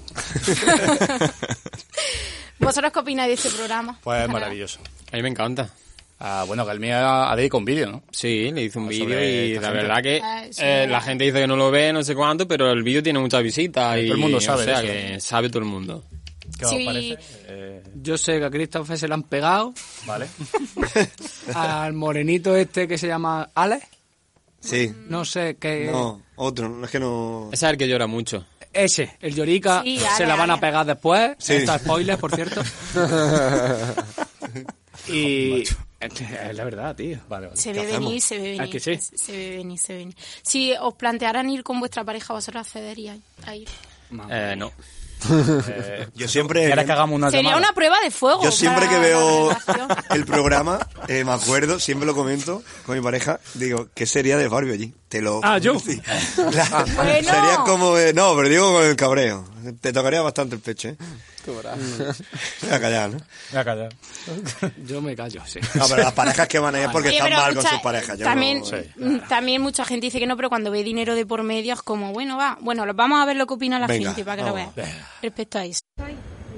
Speaker 7: ¿Vosotros qué opináis de este programa?
Speaker 2: Pues maravilloso.
Speaker 8: A mí me encanta.
Speaker 2: Ah, bueno, Galmi ha, ha dedicado un vídeo, ¿no?
Speaker 8: Sí, le hizo un vídeo
Speaker 2: sobre
Speaker 8: y
Speaker 2: esta
Speaker 8: Eh, la
Speaker 2: gente.
Speaker 8: verdad que
Speaker 2: Ah, sí,
Speaker 8: eh,
Speaker 2: verdad.
Speaker 8: la gente dice que no lo ve, no sé cuánto, pero el vídeo tiene muchas visitas y
Speaker 4: el mundo sabe
Speaker 8: o sea,
Speaker 4: de
Speaker 8: que sabe todo el mundo.
Speaker 4: Sí. Yo sé que a Christopher se le han pegado.
Speaker 2: Vale.
Speaker 4: Al morenito este que se llama Alex.
Speaker 9: Sí.
Speaker 4: No sé qué.
Speaker 9: No, otro, no, es que no.
Speaker 8: Ese es el que llora mucho.
Speaker 4: Ese, el Llorica,
Speaker 8: Sí,
Speaker 4: se
Speaker 8: Ale,
Speaker 4: la van a
Speaker 8: Ale.
Speaker 4: pegar después.
Speaker 8: Sí.
Speaker 4: Esto es spoiler, por cierto. y. Es la verdad, tío.
Speaker 7: Se ve venir, se ve venir.
Speaker 4: Es que sí.
Speaker 7: Se ve venir, se ve venir. Si os plantearan ir con vuestra pareja, vosotros accederíais a ir.
Speaker 8: Eh, no.
Speaker 9: yo siempre.
Speaker 2: ¿Quieres que hagamos una
Speaker 7: Sería una prueba de fuego.
Speaker 9: Yo siempre que
Speaker 7: para
Speaker 9: veo
Speaker 7: la relación.
Speaker 9: el programa, eh, me acuerdo, siempre lo comento con mi pareja, digo, ¿qué sería de Barbie allí? Te lo...
Speaker 2: Ah, yo. Ah,
Speaker 9: Claro, Sería como... eh, no, pero digo con el cabreo. Te tocaría bastante el pecho, ¿eh? Voy a callar, ¿no?
Speaker 2: Voy a callar.
Speaker 4: Yo me callo, sí.
Speaker 9: No, pero las parejas que van allá es porque
Speaker 7: Oye,
Speaker 9: están
Speaker 7: pero
Speaker 9: mal con
Speaker 7: escucha,
Speaker 9: sus parejas. Yo
Speaker 7: también,
Speaker 9: no-
Speaker 7: mm, también mucha gente dice que no, pero cuando ve dinero de por medio es como, bueno, va. Bueno, lo- vamos a ver lo que opina la
Speaker 9: Venga,
Speaker 7: gente para que lo vea
Speaker 9: vamos.
Speaker 7: respecto a eso.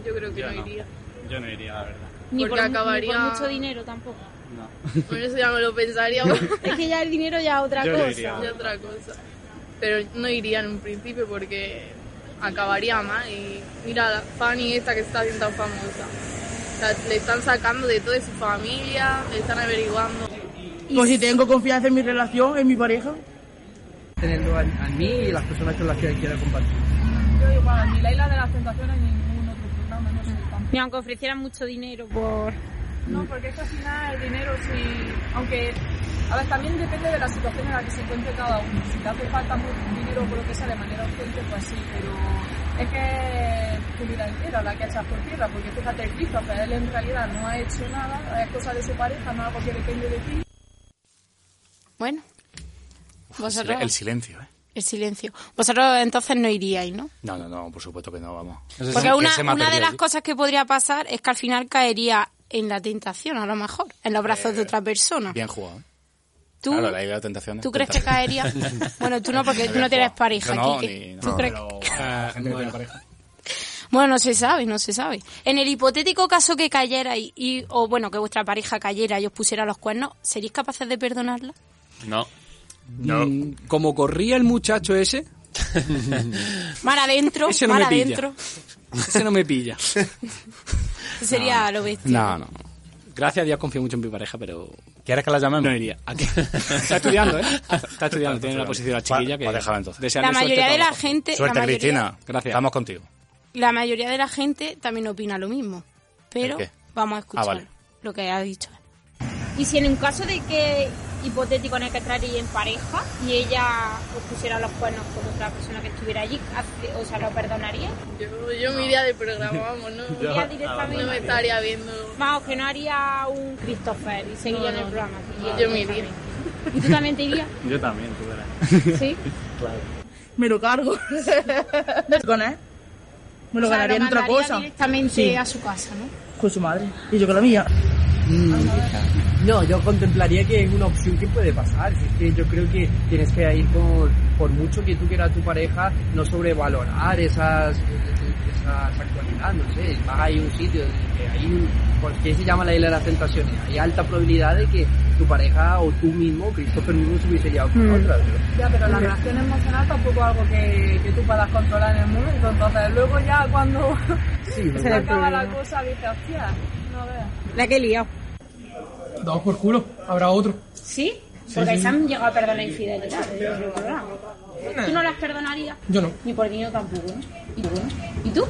Speaker 11: Yo creo que no, iría.
Speaker 12: Yo no iría, la verdad.
Speaker 7: Ni
Speaker 11: Porque
Speaker 7: por- ni por
Speaker 11: acabaría...
Speaker 7: mucho
Speaker 11: dinero tampoco.
Speaker 12: No.
Speaker 11: Bueno, eso ya me lo pensaría.
Speaker 7: es que ya el dinero ya es otra
Speaker 12: Yo no cosa. iría.
Speaker 11: Ya otra cosa. Pero no iría en un principio porque acabaría mal. Y mira la Fanny esta que está siendo tan famosa. O sea, le están sacando de toda su familia, le están averiguando.
Speaker 15: Pues si tengo confianza en mi relación, en mi pareja.
Speaker 16: Teniendo a, a mí y a las personas con las que quiero compartir.
Speaker 11: Yo igual, ni la isla de las tentaciones ni ningún otro programa, no sé.
Speaker 7: Ni aunque ofrecieran mucho dinero por...
Speaker 17: No, porque eso al final el dinero, si, aunque, a ver, también depende de la situación en la que se encuentre cada uno. Si te hace falta mu- dinero por lo que sea de manera urgente, pues sí, pero es que es tu vida entera la que echas por tierra, porque fíjate, Christopher, él en realidad no ha hecho nada, es cosa de su pareja, no es algo que depende de ti.
Speaker 7: Bueno. Vosotros...
Speaker 2: El silencio, ¿eh?
Speaker 7: El silencio. Vosotros entonces no iríais, ¿no?
Speaker 2: No, no, no, por supuesto que no, vamos.
Speaker 7: Porque una, una de las cosas que podría pasar es que al final caería en la tentación, a lo mejor, en los brazos de otra persona.
Speaker 2: Eh, Bien jugado. ¿eh?
Speaker 7: ¿Tú,
Speaker 2: Claro, la idea de tentaciones.
Speaker 7: ¿Tú crees que
Speaker 2: Tentaciones.
Speaker 7: caería? bueno, tú no, porque tú no tienes pareja.
Speaker 2: Yo no,
Speaker 7: Quique.
Speaker 2: ni-
Speaker 7: ¿Tú
Speaker 2: no,
Speaker 7: crees
Speaker 2: pero,
Speaker 7: que-
Speaker 2: eh, gente que tiene pareja.
Speaker 7: Bueno, no se sabe, no se sabe. En el hipotético caso que cayera y, y- o bueno, que vuestra pareja cayera y os pusiera los cuernos, ¿seríais capaces de perdonarla?
Speaker 4: No. Mm, Como corría el muchacho ese,
Speaker 7: Mar adentro,
Speaker 4: Ese no
Speaker 7: mar
Speaker 4: me pilla.
Speaker 7: adentro.
Speaker 4: ese no me pilla.
Speaker 7: Sería lo bestia.
Speaker 4: No, no. Gracias a Dios confío mucho en mi pareja, pero...
Speaker 2: ¿Quieres que la llamemos?
Speaker 4: No iría. ¿A qué? Está estudiando, ¿eh? Está estudiando, tiene una posición la chiquilla que...
Speaker 2: Pues déjala entonces. Ah,
Speaker 7: La mayoría de la gente...
Speaker 2: Suerte,
Speaker 7: la mayoría-
Speaker 2: Cristina. Gracias. Vamos contigo.
Speaker 7: La mayoría de la gente también opina lo mismo, pero
Speaker 2: ¿El qué?
Speaker 7: vamos a escuchar
Speaker 2: Ah, vale.
Speaker 7: lo que ha dicho.
Speaker 18: Y si en un caso de que hipotético en el que estaréis en pareja y ella os pusiera los cuernos con otra persona que estuviera allí, hace- o sea, ¿lo perdonaría?
Speaker 11: Yo, yo me iría de programa, vamos, no,
Speaker 18: Yo- Ya directamente.
Speaker 11: no me estaría viendo.
Speaker 18: Vamos, que no haría un Christopher y seguiría
Speaker 11: No,
Speaker 18: en el
Speaker 11: no,
Speaker 18: programa.
Speaker 11: no.
Speaker 18: sí,
Speaker 11: Yo me iría.
Speaker 18: ¿Y tú también te irías?
Speaker 12: Yo también, tú verás.
Speaker 18: ¿Sí?
Speaker 12: Claro.
Speaker 15: Me lo cargo. Con él. Me lo
Speaker 7: O sea,
Speaker 15: ganaría en otra
Speaker 7: mandaría
Speaker 15: cosa.
Speaker 7: directamente
Speaker 15: Sí,
Speaker 7: a su casa, ¿no?
Speaker 15: Con su madre. Y yo con la mía.
Speaker 16: Mm. No, yo contemplaría que es una opción que puede pasar. Si es que yo creo que tienes que ir por, por mucho que tú quieras a tu pareja, no sobrevalorar esas, esas actualidades. No sé, vas ahí a un sitio donde hay un. ¿Por qué se llama la isla de las tentaciones? Hay alta probabilidad de que tu pareja o tú mismo, Christopher mismo, se hubiese liado con otra. ¿no?
Speaker 17: Mm. Ya, pero la relación emocional tampoco es algo que, que tú puedas controlar en el momento. Entonces, luego ya cuando
Speaker 16: Sí,
Speaker 17: se acaba la cosa, dices, hostia, no veas.
Speaker 18: La que he liado.
Speaker 13: Dados por culo, habrá otro.
Speaker 18: ¿Sí?
Speaker 13: Sí,
Speaker 18: Porque
Speaker 13: sí,
Speaker 18: ahí se
Speaker 13: sí.
Speaker 18: han llegado a perdonar infidelidad. ¿Tú no las perdonarías?
Speaker 13: Yo no.
Speaker 18: Ni por dinero tampoco, ¿no? ¿Y tú? ¿Y tú?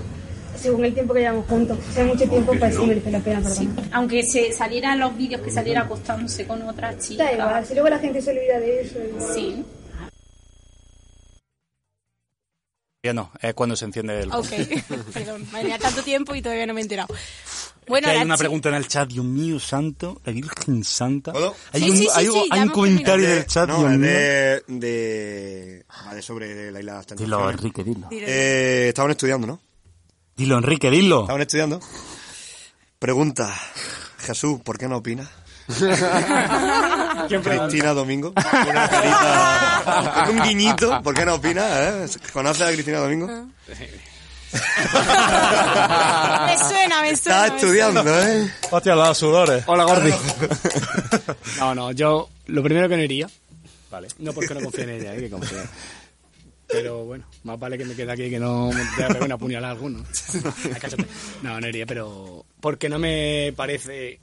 Speaker 14: Según el tiempo que llevamos juntos. Si hay mucho tiempo, pues sí merece la pena, perdón.
Speaker 18: Aunque se salieran los vídeos que saliera acostándose con otra chica.
Speaker 14: Da igual, si luego la gente se olvida de eso. y-
Speaker 18: Sí.
Speaker 2: Ya no, es cuando se enciende el...
Speaker 7: Ok, perdón, me tenía tanto tiempo y todavía no me he enterado.
Speaker 2: Que
Speaker 7: Bueno,
Speaker 2: hay
Speaker 7: la
Speaker 2: una
Speaker 7: chi-
Speaker 2: pregunta en el chat, Dios mío santo, la Virgen Santa. Hay
Speaker 7: Sí,
Speaker 2: un,
Speaker 7: sí, sí,
Speaker 2: hay un-
Speaker 7: sí,
Speaker 2: hay
Speaker 7: ya
Speaker 2: un
Speaker 7: hemos
Speaker 2: comentario
Speaker 7: terminado.
Speaker 2: del chat,
Speaker 9: Eh, No,
Speaker 2: Dios
Speaker 9: es
Speaker 2: mío.
Speaker 9: de, de... Vale, sobre la isla de las tentaciones.
Speaker 2: Dilo, Enrique, dilo.
Speaker 9: Eh, estaban estudiando, ¿no?
Speaker 2: Dilo, Enrique, dilo.
Speaker 9: Estaban estudiando. Pregunta. Jesús, ¿por qué no opinas? Cristina Domingo. Una carita- Un guiñito. ¿Por qué no opinas? eh? ¿Conoces a Cristina Domingo?
Speaker 7: Me suena, me suena.
Speaker 9: Estaba
Speaker 7: me
Speaker 9: estudiando,
Speaker 7: suena.
Speaker 9: ¿eh?
Speaker 2: Hostia, los sudores. Hola, Gordi.
Speaker 4: No, no, yo lo primero que no iría. Vale. No porque no confíe en ella, hay que confiar. Pero bueno, más vale que me quede aquí que no me te pegue una puñalada a alguno. Acáchate. No, no iría, pero. Porque no me parece.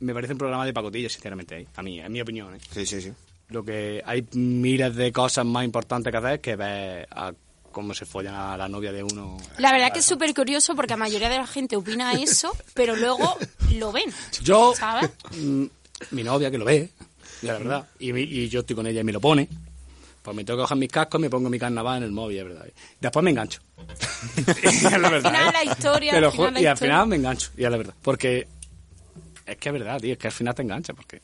Speaker 4: Me parece un programa de pacotillas, sinceramente, ¿eh? a mí, en mi opinión. ¿eh?
Speaker 9: Sí, sí, sí.
Speaker 4: Lo que hay miles de cosas más importantes que hacer que ver a cómo se follan a la novia de uno.
Speaker 7: La verdad que es súper curioso porque la mayoría de la gente opina eso, pero luego lo ven.
Speaker 4: Yo,
Speaker 7: ¿Sabes?
Speaker 4: mm, mi novia que lo ve, ya la verdad, y, mi- y yo estoy con ella y me lo pone, Pues me tengo que coger mis cascos y me pongo mi carnaval en el móvil, es verdad. Después me engancho. es la verdad.
Speaker 7: final
Speaker 4: ¿eh?
Speaker 7: la historia,
Speaker 4: Te
Speaker 7: al
Speaker 4: lo
Speaker 7: final
Speaker 4: ju-
Speaker 7: la
Speaker 4: y al
Speaker 7: historia.
Speaker 4: final me engancho, y es la verdad. Porque es que es verdad, tío, es que al final te engancha, porque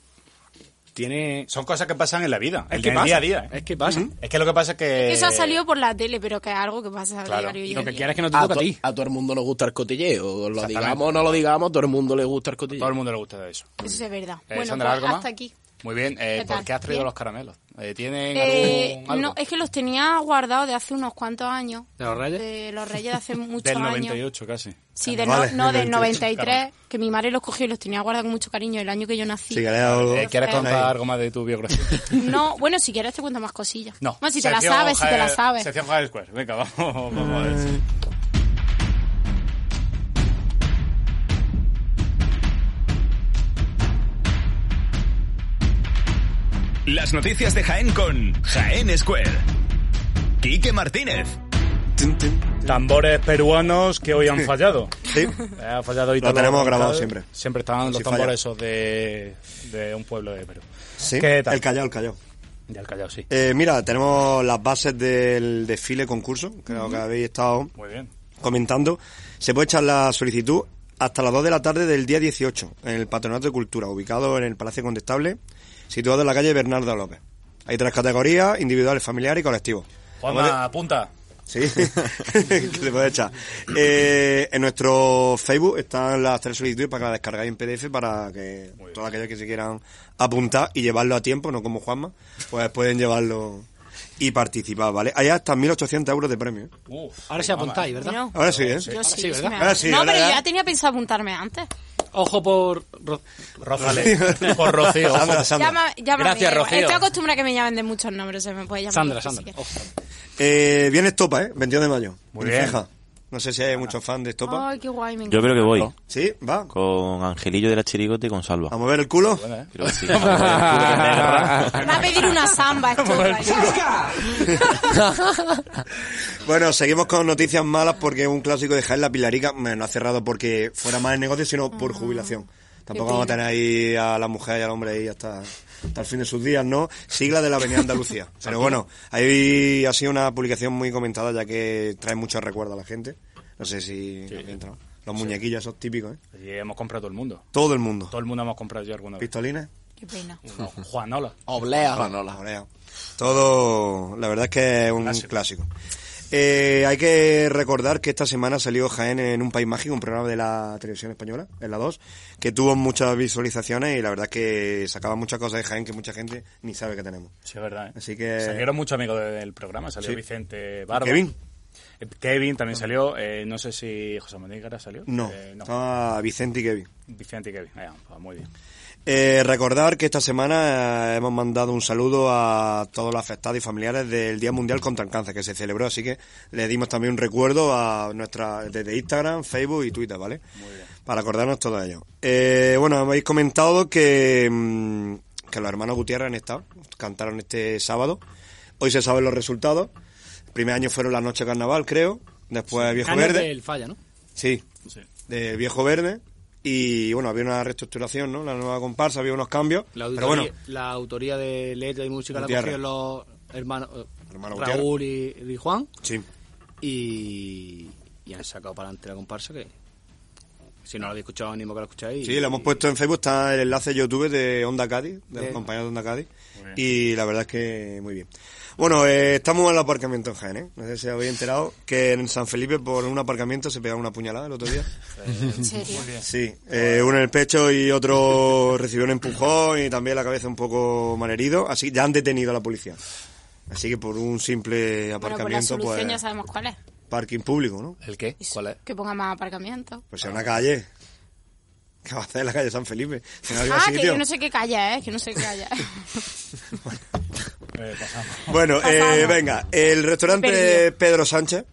Speaker 4: tiene...
Speaker 2: Son cosas que pasan en la vida,
Speaker 4: Es
Speaker 2: en
Speaker 4: que
Speaker 2: el
Speaker 4: pasa,
Speaker 2: día ¿eh? a día.
Speaker 4: Es que pasa.
Speaker 2: Es que lo que pasa es que...
Speaker 7: Eso ha salido por la tele, pero que es algo que pasa
Speaker 2: eh, Claro,
Speaker 7: diario y
Speaker 2: lo
Speaker 7: hoy
Speaker 2: que
Speaker 7: día.
Speaker 2: quieres que no te
Speaker 8: a
Speaker 9: Ah,
Speaker 2: toque a
Speaker 9: pues,
Speaker 8: to-
Speaker 2: ti.
Speaker 8: A todo el mundo le gusta el cotilleo. Lo
Speaker 2: Exactamente.
Speaker 8: digamos o no lo digamos, a todo el mundo le gusta el cotilleo.
Speaker 2: Todo el mundo le gusta de eso.
Speaker 7: Eso es verdad.
Speaker 2: Eh,
Speaker 7: bueno,
Speaker 2: Sandra,
Speaker 7: pues,
Speaker 2: ¿algo más?
Speaker 7: hasta aquí.
Speaker 2: Muy bien, eh,
Speaker 7: ¿Qué tal?
Speaker 2: ¿por qué has traído
Speaker 7: Bien.
Speaker 2: los caramelos? Eh, ¿Tienen
Speaker 7: Eh,
Speaker 2: algún, algo?
Speaker 7: no, es que los tenía guardados de hace unos cuantos años.
Speaker 2: ¿De los Reyes?
Speaker 7: De los Reyes de hace muchos
Speaker 2: Del
Speaker 7: años.
Speaker 2: 98 casi.
Speaker 7: Sí, del
Speaker 2: Vale,
Speaker 7: no, no, del
Speaker 2: 98.
Speaker 7: 93, que mi madre los cogió y los tenía guardados con mucho cariño el año que yo nací.
Speaker 2: Eh, ¿Quieres contar
Speaker 7: Ahí.
Speaker 2: algo más de tu biografía?
Speaker 7: No, bueno, si quieres te cuento más cosillas.
Speaker 2: No.
Speaker 7: Bueno, si te la
Speaker 2: Sección
Speaker 7: sabes, si te la
Speaker 2: Jael-
Speaker 7: sabes.
Speaker 2: Sección Jael Square. Venga, vamos, vamos a
Speaker 9: Eh.
Speaker 2: ver.
Speaker 1: Las noticias de Jaén con Jaén Square. Quique Martínez.
Speaker 2: Tambores peruanos que hoy han fallado.
Speaker 9: Sí.
Speaker 2: Ha fallado y
Speaker 9: Lo tenemos grabado siempre.
Speaker 2: Siempre estaban los
Speaker 9: Si
Speaker 2: tambores
Speaker 9: falla.
Speaker 2: esos de, de un pueblo de Perú.
Speaker 9: Sí,
Speaker 2: ¿Qué tal?
Speaker 9: el Callao, el Callao.
Speaker 2: Del Callao, sí.
Speaker 9: Eh, mira, tenemos las bases del desfile concurso, creo
Speaker 2: Ujú.
Speaker 9: que habéis estado
Speaker 2: Muy bien.
Speaker 9: comentando. Se puede echar la solicitud hasta las 2 de la tarde del día 18 en el Patronato de Cultura, ubicado en el Palacio Contestable, situado en la calle Bernardo López. Hay tres categorías, individuales, familiares y colectivos.
Speaker 2: Juanma, apunta.
Speaker 9: Sí, que te puedes echar. Eh, en nuestro Facebook están las tres solicitudes para que las descargáis en PDF para que todas aquellas que se quieran apuntar y llevarlo a tiempo, no como Juanma, pues pueden llevarlo y participar, ¿vale? Hay hasta 1.800 euros de premio. ¿eh?
Speaker 4: Ahora se apuntáis, ¿verdad?
Speaker 7: Bueno,
Speaker 9: Ahora sí, ¿eh?
Speaker 7: Yo
Speaker 9: Ahora
Speaker 7: sí,
Speaker 9: sí,
Speaker 7: yo
Speaker 9: ¿verdad?
Speaker 7: me
Speaker 9: Ahora sí,
Speaker 7: no,
Speaker 9: ahora
Speaker 7: pero yo
Speaker 9: ya.
Speaker 7: ya tenía pensado apuntarme antes.
Speaker 4: Ojo por... Ro-
Speaker 2: Rózale. Por Rocío. ojo.
Speaker 9: Sandra, Sandra.
Speaker 7: Llama- llámame.
Speaker 2: Gracias, Rocío.
Speaker 7: Estoy acostumbrada a que me llamen de muchos nombres, se me puede llamar.
Speaker 9: Sandra,
Speaker 7: lo que
Speaker 9: Sandra.
Speaker 7: sí que-
Speaker 9: Eh, viene Estopa, ¿eh? 22 de mayo.
Speaker 6: Muy
Speaker 9: En
Speaker 6: bien.
Speaker 9: Ceja. No sé si hay muchos fans de Estopa.
Speaker 7: Ay, qué guay, me
Speaker 6: Yo creo que voy.
Speaker 9: Sí, va.
Speaker 6: Con Angelillo de la Chirigota y con Salva.
Speaker 9: ¿A mover el culo?
Speaker 6: Creo que sí. A mover el culo,
Speaker 7: Va a pedir una samba esto. ¿vale?
Speaker 9: Bueno, seguimos con noticias malas porque un clásico de Jaén, la Pilarica, bueno, no ha cerrado porque fuera mal el negocio, sino por jubilación. Tampoco
Speaker 19: Ah, Qué
Speaker 9: vamos a
Speaker 19: pena.
Speaker 9: tener ahí a la mujer y al hombre ahí hasta, hasta el fin de sus días, ¿no? Sigla de la Avenida Andalucía. Pero bueno, ahí ha sido una publicación muy comentada ya que trae muchos recuerdos a la gente. No sé si habéis entrado. Los
Speaker 2: Sí.
Speaker 9: muñequillos esos típicos, ¿eh?
Speaker 2: Allí hemos comprado todo el mundo.
Speaker 9: Todo el mundo.
Speaker 2: Todo el mundo hemos comprado yo alguna vez.
Speaker 9: ¿Pistolines?
Speaker 7: Qué pena.
Speaker 2: Juanola.
Speaker 9: Oblea. Oblea. Todo, la verdad es que es un clásico. Eh, hay que recordar que esta semana salió Jaén en Un País Mágico, un programa de la televisión española, en la 2, que tuvo muchas visualizaciones y la verdad es que sacaba muchas cosas de Jaén que mucha gente ni sabe que tenemos.
Speaker 2: Sí, es verdad. ¿eh?
Speaker 9: Así que-
Speaker 2: Salieron muchos amigos del programa. Salió
Speaker 9: Sí.
Speaker 2: Vicente Barba.
Speaker 9: Kevin.
Speaker 2: Eh, Kevin también salió. Eh, no sé si José Manuel Gara salió.
Speaker 9: No,
Speaker 2: Eh,
Speaker 9: estaba Vicente y Kevin.
Speaker 2: Vicente y Kevin. Ahí vamos, pues, muy bien.
Speaker 9: Eh, recordar que esta semana eh, hemos mandado un saludo a todos los afectados y familiares del Día Mundial contra el Cáncer que se celebró, así que le dimos también un recuerdo a nuestra desde Instagram, Facebook y Twitter, ¿vale? Para acordarnos todo ello. Eh, bueno, habéis comentado que, mm, que los hermanos Gutiérrez han estado, cantaron este sábado. Hoy se saben los resultados. El primer año fueron la noche de carnaval, creo. Después Viejo
Speaker 4: Canas
Speaker 9: Verde.
Speaker 4: del falla, ¿no?
Speaker 9: Sí,
Speaker 2: Sí.
Speaker 9: del Viejo Verde. Y bueno, había una reestructuración, ¿no? La nueva comparsa, había unos cambios.
Speaker 4: La autoría,
Speaker 9: pero bueno,
Speaker 4: la autoría de letra y música
Speaker 9: Gutiérrez.
Speaker 4: la cogieron los hermanos, eh,
Speaker 9: Gutiérrez.
Speaker 4: Raúl y, y Juan.
Speaker 9: Sí.
Speaker 4: Y, y han sacado para adelante la comparsa que si no la habéis escuchado, animo a que la escucháis.
Speaker 9: sí, lo hemos puesto en Facebook, está el enlace de YouTube de Onda Cádiz, de los
Speaker 4: Sí.
Speaker 9: compañeros de Onda Cádiz.
Speaker 4: Muy bien.
Speaker 9: Y la verdad es que muy bien. Bueno, eh, estamos en el aparcamiento en Jaén, ¿eh? No sé si habéis enterado que en San Felipe por un aparcamiento se pegaron una puñalada el otro día.
Speaker 7: ¿En serio?
Speaker 9: Sí, eh, uno en el pecho y otro recibió un empujón y también la cabeza un poco malherido. Así ya han detenido a la policía. Así que por un simple
Speaker 7: Bueno, pues la
Speaker 9: aparcamiento,
Speaker 7: solución
Speaker 9: pues,
Speaker 7: ya sabemos cuál es.
Speaker 9: parking público, ¿no?
Speaker 2: ¿El qué? ¿Cuál es?
Speaker 7: Que ponga más aparcamiento.
Speaker 9: Pues en una calle. ¿Qué va a hacer en la calle San Felipe? Si no había
Speaker 7: Ah, que
Speaker 9: sitio.
Speaker 7: yo no sé qué calla, ¿eh? Que no sé qué calla.
Speaker 9: Bueno, eh, venga, el restaurante Pedro Sánchez,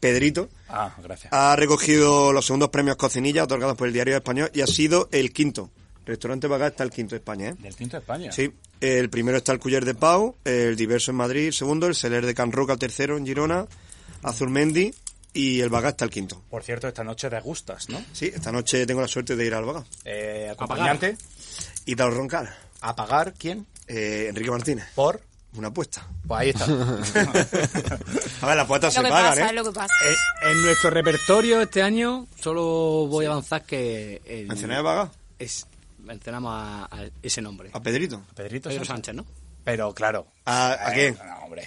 Speaker 9: Pedrito,
Speaker 2: Ah, gracias.
Speaker 9: ha recogido los segundos premios Cocinilla otorgados por el Diario Español y ha sido el quinto. Restaurante para acá está el quinto de España, ¿eh?
Speaker 2: Del Tinto de España.
Speaker 9: Sí, el primero está el Culler de Pau, el Diverso en Madrid, el segundo, el Celer de Can Roca, el tercero en Girona, Azurmendi y el Bagá está el quinto.
Speaker 2: Por cierto, esta noche degustas, ¿no?
Speaker 9: Sí, esta noche tengo la suerte de ir al Bagá.
Speaker 2: Eh, acompañante.
Speaker 9: Y tal Roncar. Eh,
Speaker 2: ¿A pagar quién?
Speaker 9: Enrique Martínez.
Speaker 2: ¿Por?
Speaker 9: Una apuesta.
Speaker 4: Pues ahí está.
Speaker 9: A ver, las apuestas se pagan, ¿eh?
Speaker 4: En, en nuestro repertorio este año solo voy a avanzar que... el-
Speaker 9: ¿Mencioné a Vaga?
Speaker 4: Es, mencionamos a, a ese nombre.
Speaker 9: ¿A Pedrito?
Speaker 4: A Pedrito Pedro Sánchez, ¿no? Pero claro.
Speaker 9: ¿A, a qué?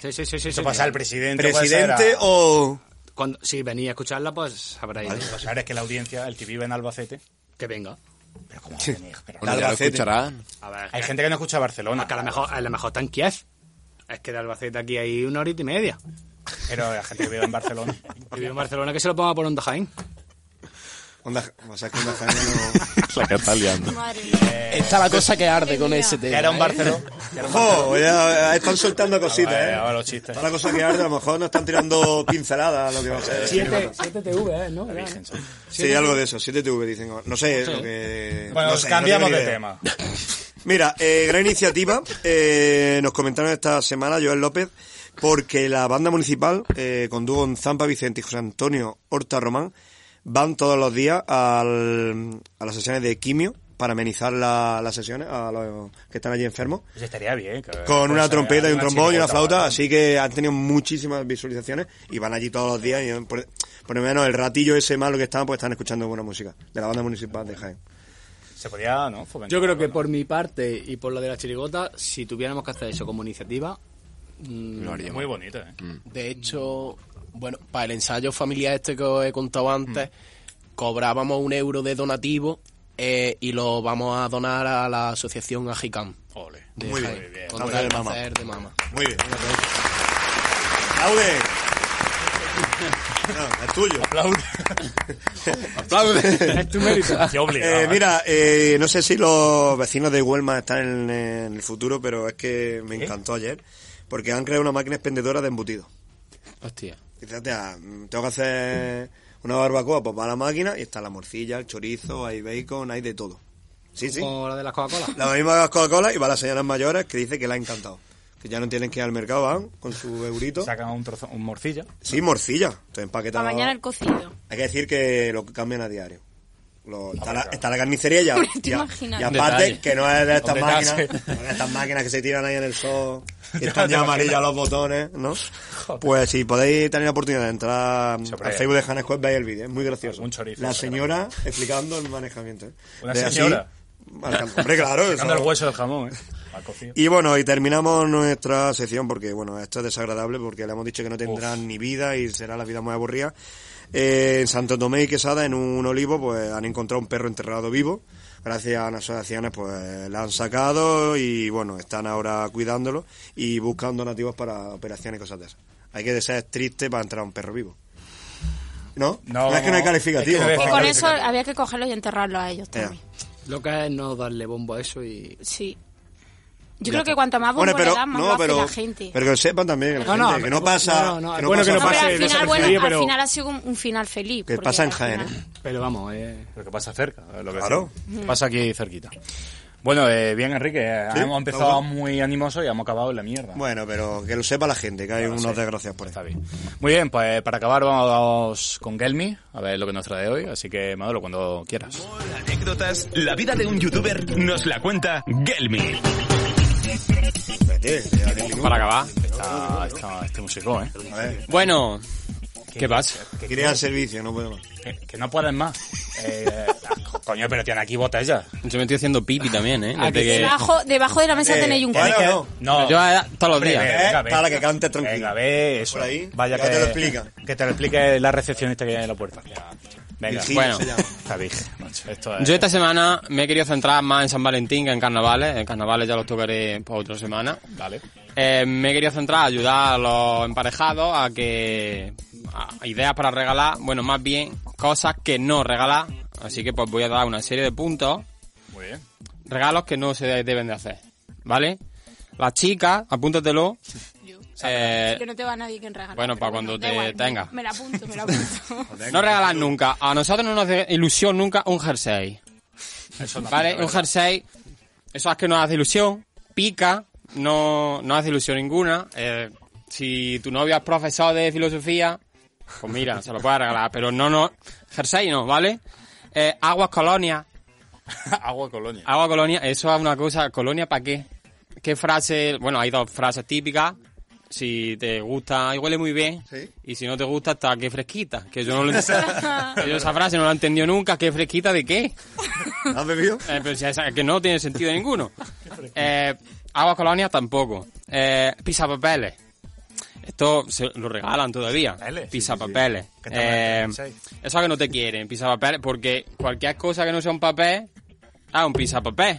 Speaker 4: Sí, sí, sí. sí,
Speaker 9: Eso
Speaker 4: sí,
Speaker 9: pasa
Speaker 4: mira.
Speaker 9: al presidente, ¿Presidente puede ser a- o...?
Speaker 4: Cuando, si venía a escucharla, pues sabréis.
Speaker 2: Vale.
Speaker 4: Ahora es que la audiencia, el que vive en Albacete... Que venga. Pero ¿cómo va a venir? Pero
Speaker 2: Bueno, ya lo Albacete. escucharán.
Speaker 4: A ver, hay gente que no escucha Barcelona. Que a lo mejor, a lo mejor está en Kiev. Es que de Albacete aquí hay una horita y media. Pero la gente que vive en Barcelona. que vive en Barcelona, que se lo ponga por Onda Jaén.
Speaker 9: Onda, o sea, que Onda Jaén no...
Speaker 6: La que está liando.
Speaker 19: Eh, Está la cosa que arde con ese tema.
Speaker 9: era un
Speaker 19: ¿eh?
Speaker 9: Barcelona. Ojo, ya eh, están soltando cositas,
Speaker 19: Ahora,
Speaker 9: ¿eh?
Speaker 19: ahora
Speaker 2: los chistes.
Speaker 9: Está la cosa que arde, a lo mejor nos están tirando pinceladas a lo que va a ser.
Speaker 4: Siete, siete TV, ¿eh? ¿no?
Speaker 9: Sí, algo de eso, 7TV dicen. ahora. No sé, es lo que...
Speaker 2: Bueno,
Speaker 9: no sé,
Speaker 2: cambiamos
Speaker 9: no
Speaker 2: de
Speaker 9: tengo ni idea.
Speaker 2: tema. Pues
Speaker 9: Mira, eh, gran iniciativa. Eh, nos comentaron esta semana Joel López porque la banda municipal eh, con dúo en Zampa Vicente y José Antonio Horta Román van todos los días al- a las sesiones de quimio para amenizar la- las sesiones a los que están allí enfermos
Speaker 2: Pues estaría bien. que-
Speaker 9: con una
Speaker 2: pues,
Speaker 9: trompeta y un
Speaker 2: una
Speaker 9: trombón y una
Speaker 2: chirigota,
Speaker 9: flauta,
Speaker 2: ¿vale?
Speaker 9: así que han tenido muchísimas visualizaciones y van allí todos los días y eh, por, por lo menos el ratillo ese malo que están, pues están escuchando buena música de la banda municipal de Jaén.
Speaker 2: Se podía, ¿no? Fomentar.
Speaker 4: Yo creo que por mi parte y por la de la chirigota, si tuviéramos que hacer eso como iniciativa, mm,
Speaker 8: Lo haríamos.
Speaker 2: Muy bonito, ¿eh?
Speaker 8: De hecho, bueno, para el ensayo familiar este que os he contado antes,
Speaker 19: Mm.
Speaker 8: cobrábamos un euro de donativo eh, y lo vamos a donar a la asociación Ajicam.
Speaker 2: Ole.
Speaker 8: De
Speaker 9: Muy
Speaker 8: Jaén,
Speaker 9: bien, bien.
Speaker 8: contra
Speaker 9: Vamos a
Speaker 8: el
Speaker 9: darle mama.
Speaker 8: cáncer de mama.
Speaker 9: Muy bien. ¡Aplaude! No, es tuyo.
Speaker 2: Aplaude.
Speaker 9: Aplaude.
Speaker 2: Es tu mérito. Qué obligado,
Speaker 9: Eh,
Speaker 2: ¿eh?
Speaker 9: mira, eh, no sé si los vecinos de Huelma están en, en el futuro, pero es que me encantó ayer. Porque han creado una máquina expendedora de embutidos.
Speaker 8: Hostia.
Speaker 9: Dices, "Hostia, mm, tengo que hacer una barbacoa, pues va a la máquina y está la morcilla, el chorizo, hay bacon, hay de todo. Sí, sí.
Speaker 4: como la de las Coca-Cola.
Speaker 9: La misma Coca-Cola y va a las señoras mayores que dice que la ha encantado. Que ya no tienen que ir al mercado, van con su eurito.
Speaker 2: Sacan un trozo, un morcilla.
Speaker 9: Sí, morcilla. Entonces
Speaker 7: Para
Speaker 9: empaquetada.
Speaker 7: mañana el cocido.
Speaker 9: Hay que decir que lo cambian a diario. Lo- está, la, está la carnicería ya.
Speaker 7: Hombre, te
Speaker 9: ya-
Speaker 7: imaginas.
Speaker 9: y aparte,
Speaker 7: Detalle.
Speaker 9: que no es de estas
Speaker 7: Con
Speaker 9: máquinas,
Speaker 7: detalle.
Speaker 9: no es de estas máquinas que se tiran ahí en el sol y
Speaker 2: Ya
Speaker 9: están
Speaker 2: te
Speaker 9: ya
Speaker 2: imaginas.
Speaker 9: amarillas los botones, ¿no? Pues si podéis tener la oportunidad de entrar
Speaker 2: hombre.
Speaker 9: al Facebook de Janes Web, veis el vídeo, es muy gracioso.
Speaker 2: chorizo,
Speaker 9: la
Speaker 2: pero-
Speaker 9: señora explicando el manejamiento. ¿eh?
Speaker 2: Una
Speaker 9: De así,
Speaker 2: señora.
Speaker 9: al campo. Hombre, claro.
Speaker 2: Sacando
Speaker 9: eso-
Speaker 2: el hueso del jamón, ¿eh? Al cocido.
Speaker 9: y bueno, y terminamos nuestra sección porque, bueno, esto es desagradable porque le hemos dicho que no tendrán ni vida y será la vida muy aburrida. Eh, en Santo Tomé y Quesada, en un olivo, pues han encontrado un perro enterrado vivo. Gracias a las asociaciones, pues la han sacado y, bueno, están ahora cuidándolo y buscando nativos para operaciones y cosas de esas. Hay que ser triste para entrar a un perro vivo. ¿No?
Speaker 4: No,
Speaker 9: es que no hay
Speaker 4: no.
Speaker 9: calificativo.
Speaker 4: Es que no hay
Speaker 7: Y con eso había que cogerlos y enterrarlos a ellos
Speaker 9: Ya.
Speaker 7: también.
Speaker 4: Lo que es no darle bombo a eso y...
Speaker 7: Sí. Yo
Speaker 4: Ya
Speaker 7: creo
Speaker 4: está.
Speaker 7: que cuanta más bombo
Speaker 9: Bueno, pero-
Speaker 7: le das, más
Speaker 9: no,
Speaker 7: lo hace
Speaker 9: pero-
Speaker 7: la gente.
Speaker 9: Pero que lo sepan también, que, la
Speaker 4: No,
Speaker 9: gente,
Speaker 4: no,
Speaker 9: que no
Speaker 4: no,
Speaker 9: pasa.
Speaker 4: no, no,
Speaker 9: que
Speaker 4: es bueno que no
Speaker 9: pasa-
Speaker 4: pase,
Speaker 7: al
Speaker 4: no se
Speaker 7: final, bueno,
Speaker 4: refiere,
Speaker 7: al
Speaker 4: pero-
Speaker 7: final ha sido un, un final feliz.
Speaker 9: Que
Speaker 7: porque
Speaker 9: pasa en
Speaker 7: al
Speaker 9: Jaén,
Speaker 7: final-
Speaker 4: Pero vamos, eh...
Speaker 2: Lo que pasa cerca. eh, Lo que
Speaker 9: Claro.
Speaker 2: sea.
Speaker 7: Mm.
Speaker 2: Pasa aquí cerquita. Bueno, eh, bien, Enrique. eh,
Speaker 9: Sí,
Speaker 2: Hemos empezado
Speaker 9: ¿todo?
Speaker 2: muy animoso y hemos acabado en la mierda.
Speaker 9: Bueno, pero que lo sepa la gente, que hay unos desgracias por ahí.
Speaker 2: Muy bien, pues para acabar vamos con Gelmi, a ver lo que nos trae hoy. Así que, Manolo, cuando quieras.
Speaker 1: Anécdotas, la vida de un youtuber nos la cuenta Gelmi.
Speaker 19: Para acabar.
Speaker 2: Está, está este músico, ¿eh?
Speaker 19: Bueno, ¿qué pasa?
Speaker 9: Quería el servicio, no puedo más.
Speaker 2: Que, que no puedes más. Eh, co- coño, pero tiene aquí botellas.
Speaker 19: Yo me estoy haciendo pipi también, ¿eh? Desde que-
Speaker 7: Debajo, debajo de la
Speaker 9: Eh,
Speaker 7: mesa tenéis un
Speaker 2: Tienes
Speaker 7: cubo.
Speaker 2: que- No,
Speaker 19: Yo eh, todos los días.
Speaker 9: para que cante tranquilo.
Speaker 2: Venga, ve eso.
Speaker 9: ahí,
Speaker 2: Vaya
Speaker 9: ya
Speaker 2: que
Speaker 9: te lo explica.
Speaker 2: Que te lo explique la recepcionista que hay en la puerta. Venga,
Speaker 19: Virginia Bueno. se llama.
Speaker 2: Esta virgen, macho, esto es-
Speaker 19: Yo esta semana me he querido centrar más en San Valentín que en carnavales. En carnavales ya los tocaré para otra semana.
Speaker 2: Vale.
Speaker 19: Eh, me he querido centrar a ayudar a los emparejados a que... eh, a ideas para regalar, bueno, más bien cosas que no regalar. Así que pues voy a dar una serie de puntos
Speaker 2: Muy bien.
Speaker 19: regalos que no se deben de hacer, ¿vale? Las chicas, apúntatelo. Eh,
Speaker 7: Yo no tengo a nadie que regalar.
Speaker 19: bueno, para cuando
Speaker 7: da
Speaker 19: te
Speaker 7: igual,
Speaker 19: tenga.
Speaker 7: Me la apunto, me la apunto.
Speaker 19: no regalas nunca. A nosotros no nos hace ilusión nunca un jersey.
Speaker 2: Eso no.
Speaker 19: ¿Vale? Un jersey, eso es que no hace ilusión, pica, no, no hace ilusión ninguna. Eh, si tu novio es profesor de filosofía, pues mira, se lo puedes regalar, pero no, no, jersey no, ¿vale? Eh, aguas colonia,
Speaker 2: Agua colonia.
Speaker 19: agua colonia, eso es una cosa, colonia para qué? ¿Qué frase? Bueno, hay dos frases típicas. Si te gusta, y huele muy bien. Y si no te gusta, está qué fresquita. Que yo no lo que yo esa frase no la he entendido nunca. ¿Qué fresquita de qué? Eh,
Speaker 9: ¿Has bebido?
Speaker 19: pero si esa- que no tiene sentido ninguno. Eh, aguas colonias tampoco. Eh, pisapapeles. Esto se lo regalan todavía. Pisapapeles.
Speaker 20: Que estamos en
Speaker 19: Eh,
Speaker 20: el 36.
Speaker 19: eso que no te quieren, pisapapeles, porque cualquier cosa que no sea un papel, ah, un pisapapel.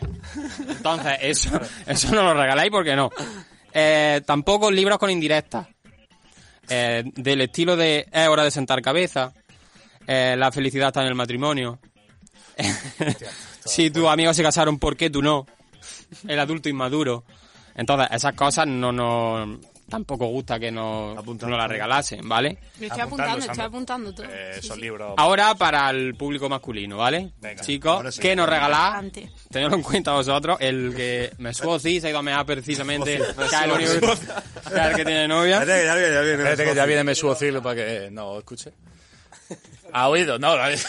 Speaker 19: Entonces, eso, eso no lo regaláis porque no. Eh, tampoco libros con indirectas. Eh, del estilo de es hora de sentar cabeza. Eh, la felicidad está en el matrimonio. si tus amigos se casaron, ¿por qué tú no? El adulto inmaduro. Entonces, esas cosas no nos... Tampoco gusta que nos, no las regalasen, ¿vale?
Speaker 7: Yo estoy apuntando, estoy apuntando todo. Sí, Ah,
Speaker 2: Esos
Speaker 7: sí.
Speaker 2: Eh, libros.
Speaker 19: Ahora para el público masculino, ¿vale? Chicos, ¿qué nos regalás?
Speaker 7: Antes.
Speaker 19: Tenedlo en cuenta vosotros, el que me subo sí, se ha ido a mear precisamente, que es el único- que es el que tiene novia.
Speaker 20: Espérate que ya viene, ya viene.
Speaker 19: Espérate
Speaker 20: que ya viene me subo Cirlo para
Speaker 2: eh,
Speaker 20: que no escuche. ¿Ha oído? No, lo ha dicho.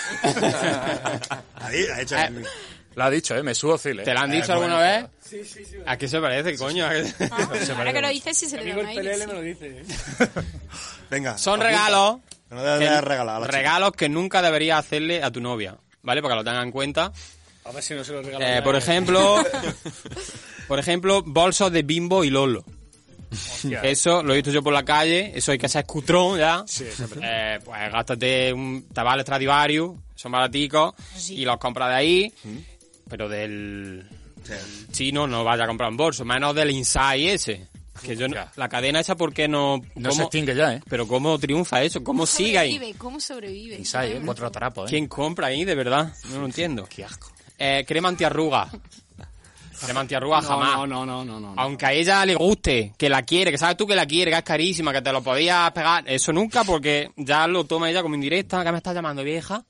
Speaker 20: Lo ha dicho, ¿eh? Me subo Cirlo.
Speaker 19: ¿Te lo han dicho alguna vez? Sí, sí, sí. ¿A qué se parece, coño? ¿A qué se-
Speaker 7: Ahora que lo dices, sí se le da un aire, sí.
Speaker 9: Venga.
Speaker 19: Son
Speaker 9: apunta.
Speaker 19: regalos.
Speaker 9: Que no debes
Speaker 19: que-
Speaker 9: de regalar a la chica.
Speaker 19: regalos que nunca deberías hacerle a tu novia, ¿vale? Para que lo tengan en cuenta.
Speaker 4: A ver si no se lo regalan.
Speaker 19: Eh, por ejemplo, por ejemplo, bolsos de Bimbo y Lolo. Eso lo he visto yo por la calle, eso hay que hacer cutrón ya. Eh, pues gástate un tabal Stradivarius, son baraticos, y los compras de ahí,
Speaker 4: Mm.
Speaker 19: pero del, del chino no vaya a comprar un bolso, menos del Inside ese. Que yo no- la cadena esa porque no...
Speaker 20: No se extingue
Speaker 19: ya, ¿eh? Pero cómo triunfa eso, cómo sigue ahí.
Speaker 7: Sobrevive, ¿Cómo sobrevive?
Speaker 20: Inside, ¿eh? Cuatro trapos, ¿eh?
Speaker 19: ¿Quién compra ahí, de verdad? No lo entiendo. Qué asco. Eh, crema antiarruga. Crema antiarruga
Speaker 4: No,
Speaker 19: jamás.
Speaker 4: no, no, no, no, no.
Speaker 19: Aunque a ella le guste, que la quiere, que sabes tú que la quiere, que es carísima, que te lo podías pegar, eso nunca porque ya lo toma ella como indirecta, que me estás llamando vieja,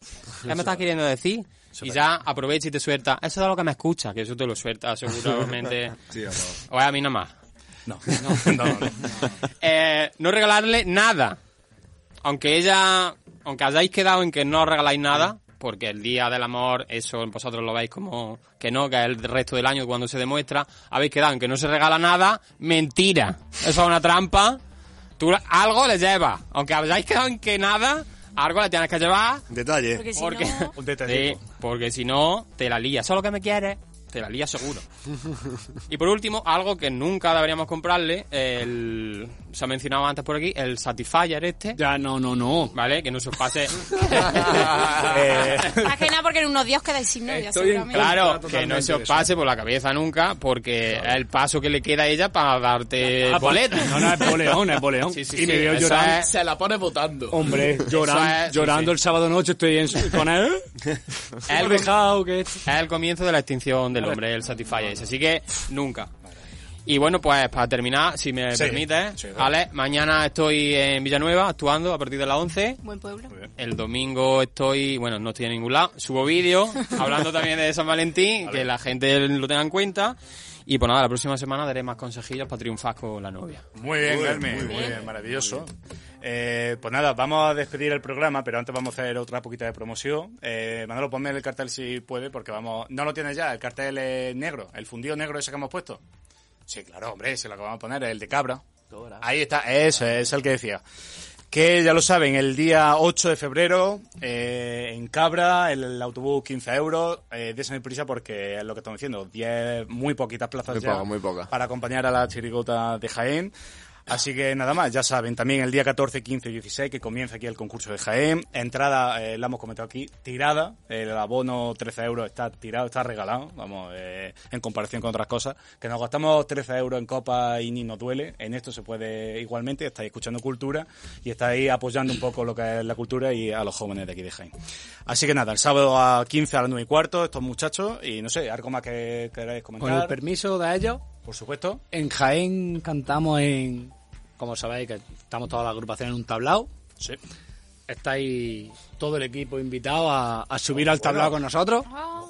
Speaker 19: ¿qué me estás queriendo decir? Y ya aprovecha y te suelta, eso es lo que me escucha, que eso te lo suelta seguramente.
Speaker 20: Sí, a favor.
Speaker 19: o a mí nomás.
Speaker 2: No,
Speaker 19: no, no. No, Eh, no regalarle nada. Aunque ella, aunque hayáis quedado en que no os regaláis nada, porque el día del amor, eso vosotros lo veis como que no, que es el resto del año cuando se demuestra, habéis quedado en que no se regala nada, mentira. Eso es una trampa. Tú la- algo le llevas. Aunque hayáis quedado en que nada, algo le tienes que llevar.
Speaker 9: Detalle.
Speaker 19: Porque si Porque- no- Sí, porque si no, te la lías. Solo que me quieres, te la lías seguro. Y por último, algo que nunca deberíamos comprarle, el, se ha mencionado antes por aquí, el Satisfyer este.
Speaker 4: Ya, no, no, no.
Speaker 19: Vale, que no se os pase. Eh,
Speaker 7: Más que nada porque en unos días quedáis sin novia, seguramente.
Speaker 19: claro, que no se os pase por la cabeza nunca, porque es el paso que le queda a ella para darte
Speaker 4: Ah,
Speaker 19: boleta.
Speaker 4: No, no, es boleón, es boleón.
Speaker 19: Sí, sí,
Speaker 4: y
Speaker 19: sí,
Speaker 4: me veo
Speaker 19: eso
Speaker 4: llorando.
Speaker 19: es-
Speaker 20: Se la pone votando.
Speaker 4: Hombre, llorando,
Speaker 2: Eh,
Speaker 19: es, sí,
Speaker 4: llorando
Speaker 19: sí.
Speaker 4: el sábado noche estoy en, con él.
Speaker 19: Es el, es el comienzo de la extinción del hombre, el Satisfyer ese. Así que nunca. Y bueno, pues para terminar, si me
Speaker 20: Sí,
Speaker 19: permites,
Speaker 20: sí,
Speaker 8: Ah,
Speaker 20: claro.
Speaker 19: vale, mañana estoy en Villanueva actuando a partir de las 11.
Speaker 7: Buen pueblo.
Speaker 19: El domingo estoy, bueno, no estoy en ningún lado. Subo vídeo hablando también de San Valentín, que la gente lo tenga en cuenta. Y pues nada, la próxima semana daré más consejillos para triunfar con la novia.
Speaker 2: Muy bien, Carmen, muy, bien, maravilloso. Eh, pues nada, vamos a despedir el programa, pero antes vamos a hacer otra poquita de promoción. Eh, Manolo, ponme el cartel si puede, porque vamos... No lo tienes ya, el cartel eh, negro, el fundido negro ese que hemos puesto. Sí, claro, hombre, se lo acabamos de poner, el de cabra. Ahí está, ese es el que decía. Que ya lo saben, el día 8 de febrero eh, en Cabra, el, autobús 15 euros. Eh, Déseme prisa porque es lo que estamos diciendo, 10, muy poquitas plazas
Speaker 5: Muy
Speaker 2: ya
Speaker 5: poca, muy poca.
Speaker 2: para acompañar a la chirigota de Jaén. Así que nada más, ya saben, también el día 14, 15 y 16 que comienza aquí el concurso de Jaén. Entrada, eh, la hemos comentado aquí, tirada. El abono 13 euros está tirado, está regalado, vamos, eh, en comparación con otras cosas. Que nos gastamos 13 euros en copa y ni nos duele. En esto se puede igualmente, estáis escuchando cultura y estáis apoyando un poco lo que es la cultura y a los jóvenes de aquí de Jaén. Así que nada, el sábado a 15 a las 9 y cuarto, estos muchachos. Y no sé, algo más que queráis comentar.
Speaker 4: Con el permiso de ellos,
Speaker 2: Por supuesto.
Speaker 4: en Jaén cantamos en. Como sabéis, que estamos toda la agrupación en un tablao.
Speaker 2: Sí.
Speaker 4: Estáis todo el equipo invitado a, a subir al tablao con nosotros,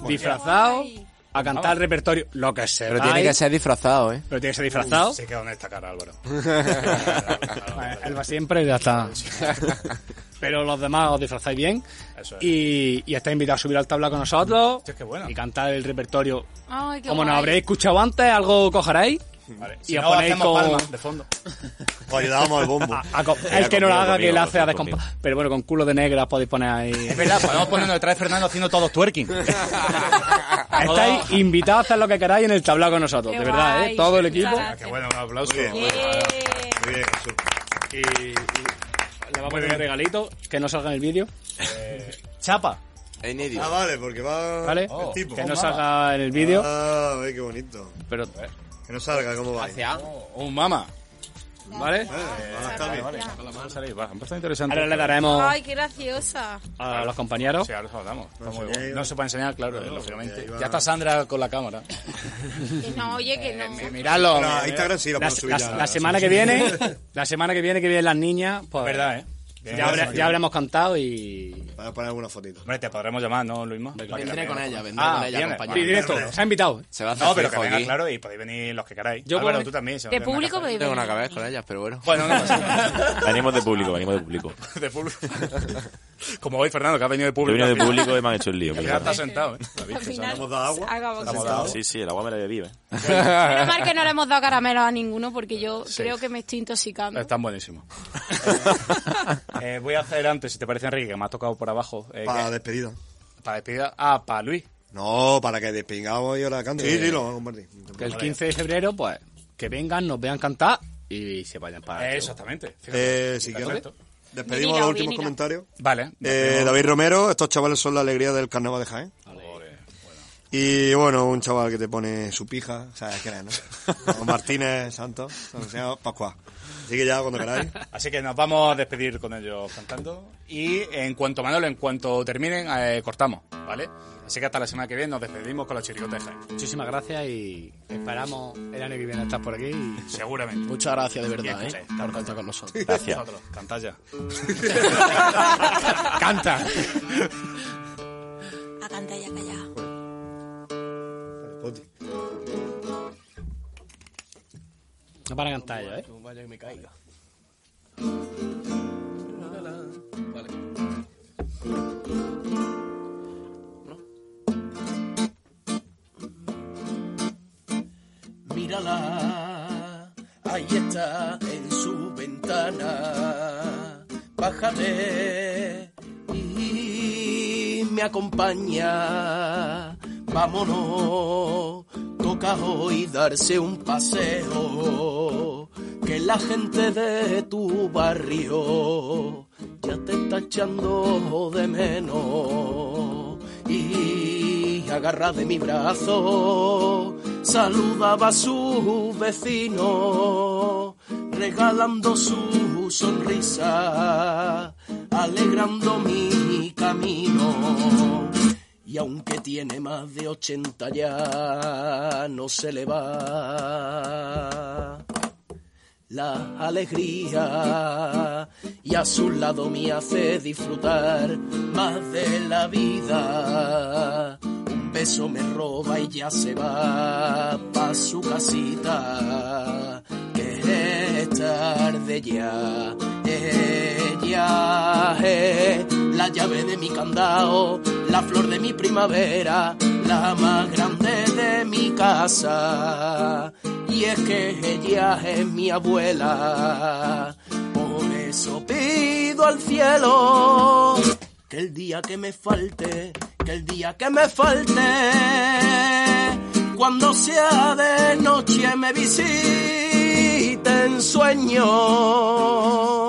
Speaker 4: disfrazados, a cantar el repertorio, lo que sea.
Speaker 5: Pero tiene que ser disfrazado, ¿eh?
Speaker 4: Pero tiene que ser disfrazado.
Speaker 2: Se queda en esta cara, Álvaro.
Speaker 4: Él va siempre y ya está. Pero los demás os disfrazáis bien.
Speaker 2: Eso es.
Speaker 4: Y, y estáis invitados a subir al tablao con nosotros.
Speaker 2: Hostia, qué bueno.
Speaker 4: Y cantar el repertorio.
Speaker 7: Ay, qué
Speaker 4: Como nos
Speaker 7: guay.
Speaker 4: habréis escuchado antes, algo cogeréis.
Speaker 10: Vale.
Speaker 2: Y
Speaker 10: Si
Speaker 2: os
Speaker 10: no,
Speaker 2: ponéis
Speaker 10: hacemos
Speaker 2: con-
Speaker 10: palmas de fondo.
Speaker 2: Pues
Speaker 9: Os ayudábamos al bombo.
Speaker 2: A- a co-
Speaker 10: Era
Speaker 2: el que no lo
Speaker 10: conmigo,
Speaker 2: haga, que
Speaker 10: conmigo,
Speaker 2: lo hace a
Speaker 10: conmigo.
Speaker 2: descompa. Pero bueno, con culo de negras podéis poner ahí.
Speaker 10: Es verdad, podemos ponernos detrás de Fernando haciendo todos twerking.
Speaker 2: Estáis invitados a hacer lo que queráis en el tablado con nosotros, de verdad, ¿eh? Todo el equipo.
Speaker 4: Ah,
Speaker 8: Qué bueno, un aplauso.
Speaker 2: Muy bien.
Speaker 8: Muy
Speaker 7: Eh,
Speaker 9: bien, Jesús.
Speaker 8: Y,
Speaker 2: Le vamos a poner un regalito, que no salga en el vídeo. Chapa.
Speaker 9: Ah, vale, porque va.
Speaker 2: ¿Vale?
Speaker 9: el tipo.
Speaker 2: que no salga en el vídeo.
Speaker 9: Ah, ve qué bonito.
Speaker 2: Pero.
Speaker 9: Que no salga, ¿cómo
Speaker 2: Ah,
Speaker 9: va?
Speaker 8: Un mama.
Speaker 2: ¿Vale?
Speaker 9: Ah, está bien.
Speaker 8: interesante.
Speaker 2: Ahora le daremos
Speaker 7: Ay, qué graciosa.
Speaker 2: a los compañeros.
Speaker 8: Sí, ahora saludamos.
Speaker 2: Está muy
Speaker 8: bueno. No se puede enseñar, claro,
Speaker 2: eh,
Speaker 8: lógicamente.
Speaker 10: Ya está Sandra con la cámara.
Speaker 7: Que no, oye,
Speaker 4: Eh,
Speaker 7: que no.
Speaker 10: Miradlo.
Speaker 9: No, Instagram sí lo
Speaker 2: La,
Speaker 9: puedo subir.
Speaker 2: la-
Speaker 9: ya.
Speaker 2: la semana que viene, la semana que viene que vienen las niñas, pues.
Speaker 8: Verdad, ¿eh?
Speaker 2: Ya, habrá- ya habremos cantado y.
Speaker 9: Para poner alguna fotito.
Speaker 8: Hombre, te podremos llamar, ¿no, Luisma?
Speaker 4: Vendré con ella, vendré
Speaker 8: Ah,
Speaker 4: con ella,
Speaker 8: viene.
Speaker 4: compañero.
Speaker 2: Sí, directo, se ha invitado.
Speaker 5: Se va a hacer
Speaker 8: No, pero que
Speaker 5: fijo
Speaker 8: venga,
Speaker 5: aquí.
Speaker 8: claro, y podéis venir los que queráis.
Speaker 5: Yo
Speaker 8: Álvaro,
Speaker 5: puedo-
Speaker 8: tú también. si no
Speaker 7: De
Speaker 8: tienes
Speaker 7: público podéis
Speaker 5: Tengo
Speaker 7: venir.
Speaker 5: una cabeza con ellas, pero bueno.
Speaker 8: Bueno, no
Speaker 1: Venimos de público, venimos de público.
Speaker 8: nada. De público. Como hoy, Fernando, que ha venido de
Speaker 1: Yo
Speaker 8: público.
Speaker 1: vine de público y me han hecho el lío.
Speaker 8: Ya
Speaker 1: pero
Speaker 8: está
Speaker 1: bueno.
Speaker 8: sentado, ¿eh?
Speaker 7: Al final,
Speaker 9: hemos dado agua?
Speaker 7: haga vos-
Speaker 9: Hemos dado.
Speaker 1: Sí, sí, el agua me la bebí, ¿eh?
Speaker 7: Menos mal que no le hemos dado caramelos a ninguno porque yo creo que me estoy intoxicando.
Speaker 8: Están buenísimos. Eh, voy a hacer antes, si te parece, Enrique, que me ha tocado por abajo. eh,
Speaker 9: Para
Speaker 8: que-
Speaker 9: despedida.
Speaker 8: para despedida. Ah, para Luis.
Speaker 9: No, para que despingamos y ahora cante. Sí, sí, lo vamos a compartir.
Speaker 2: Que el 15 de febrero, pues, que vengan, nos vean cantar y se vayan para.
Speaker 8: Eh, Exactamente.
Speaker 9: Eh, si quieres. Despedimos
Speaker 2: Vinilo,
Speaker 9: los últimos
Speaker 2: vinilo.
Speaker 9: comentarios.
Speaker 8: Vale.
Speaker 9: Eh, David Romero, estos chavales son la alegría del carnaval de Jaén. Y bueno, un chaval que te pone su pija, ¿sabes quién es, no? Martínez Santos, se llama Pascual. Así que ya cuando queráis.
Speaker 8: Así que nos vamos a despedir con ellos cantando. Y en cuanto, Manolo, en cuanto terminen, eh, cortamos, ¿vale? Así que hasta la semana que viene nos despedimos con los chiricotes.
Speaker 2: Muchísimas gracias y esperamos el año que viene estar por aquí. y-
Speaker 8: Seguramente.
Speaker 4: Muchas gracias de verdad,
Speaker 8: Y
Speaker 4: ¿eh?
Speaker 8: escucháis,
Speaker 4: Por contar con nosotros.
Speaker 8: Vosotros, Cantad ya.
Speaker 2: Canta.
Speaker 7: A cantar y a callar.
Speaker 2: No para cantar ellos, ¿eh?
Speaker 4: Vaya que me caiga. Mírala, ahí está en su ventana. Bájate y me acompaña. Vámonos, toca hoy darse un paseo. Que la gente de tu barrio ya te está echando de menos. Y agarra de mi brazo, saludaba a su vecino, regalando su sonrisa, alegrando mi camino. Y aunque tiene más de 80 ya, no se le va la alegría y a su lado me hace disfrutar más de la vida. Un beso me roba y ya se va pa su casita, que es tarde ya. Eh, Ella es la llave de mi candado, la flor de mi primavera, la más grande de mi casa. Y es que ella es mi abuela. Por eso pido al cielo que el día que me falte, que el día que me falte, cuando sea de noche me visite en sueño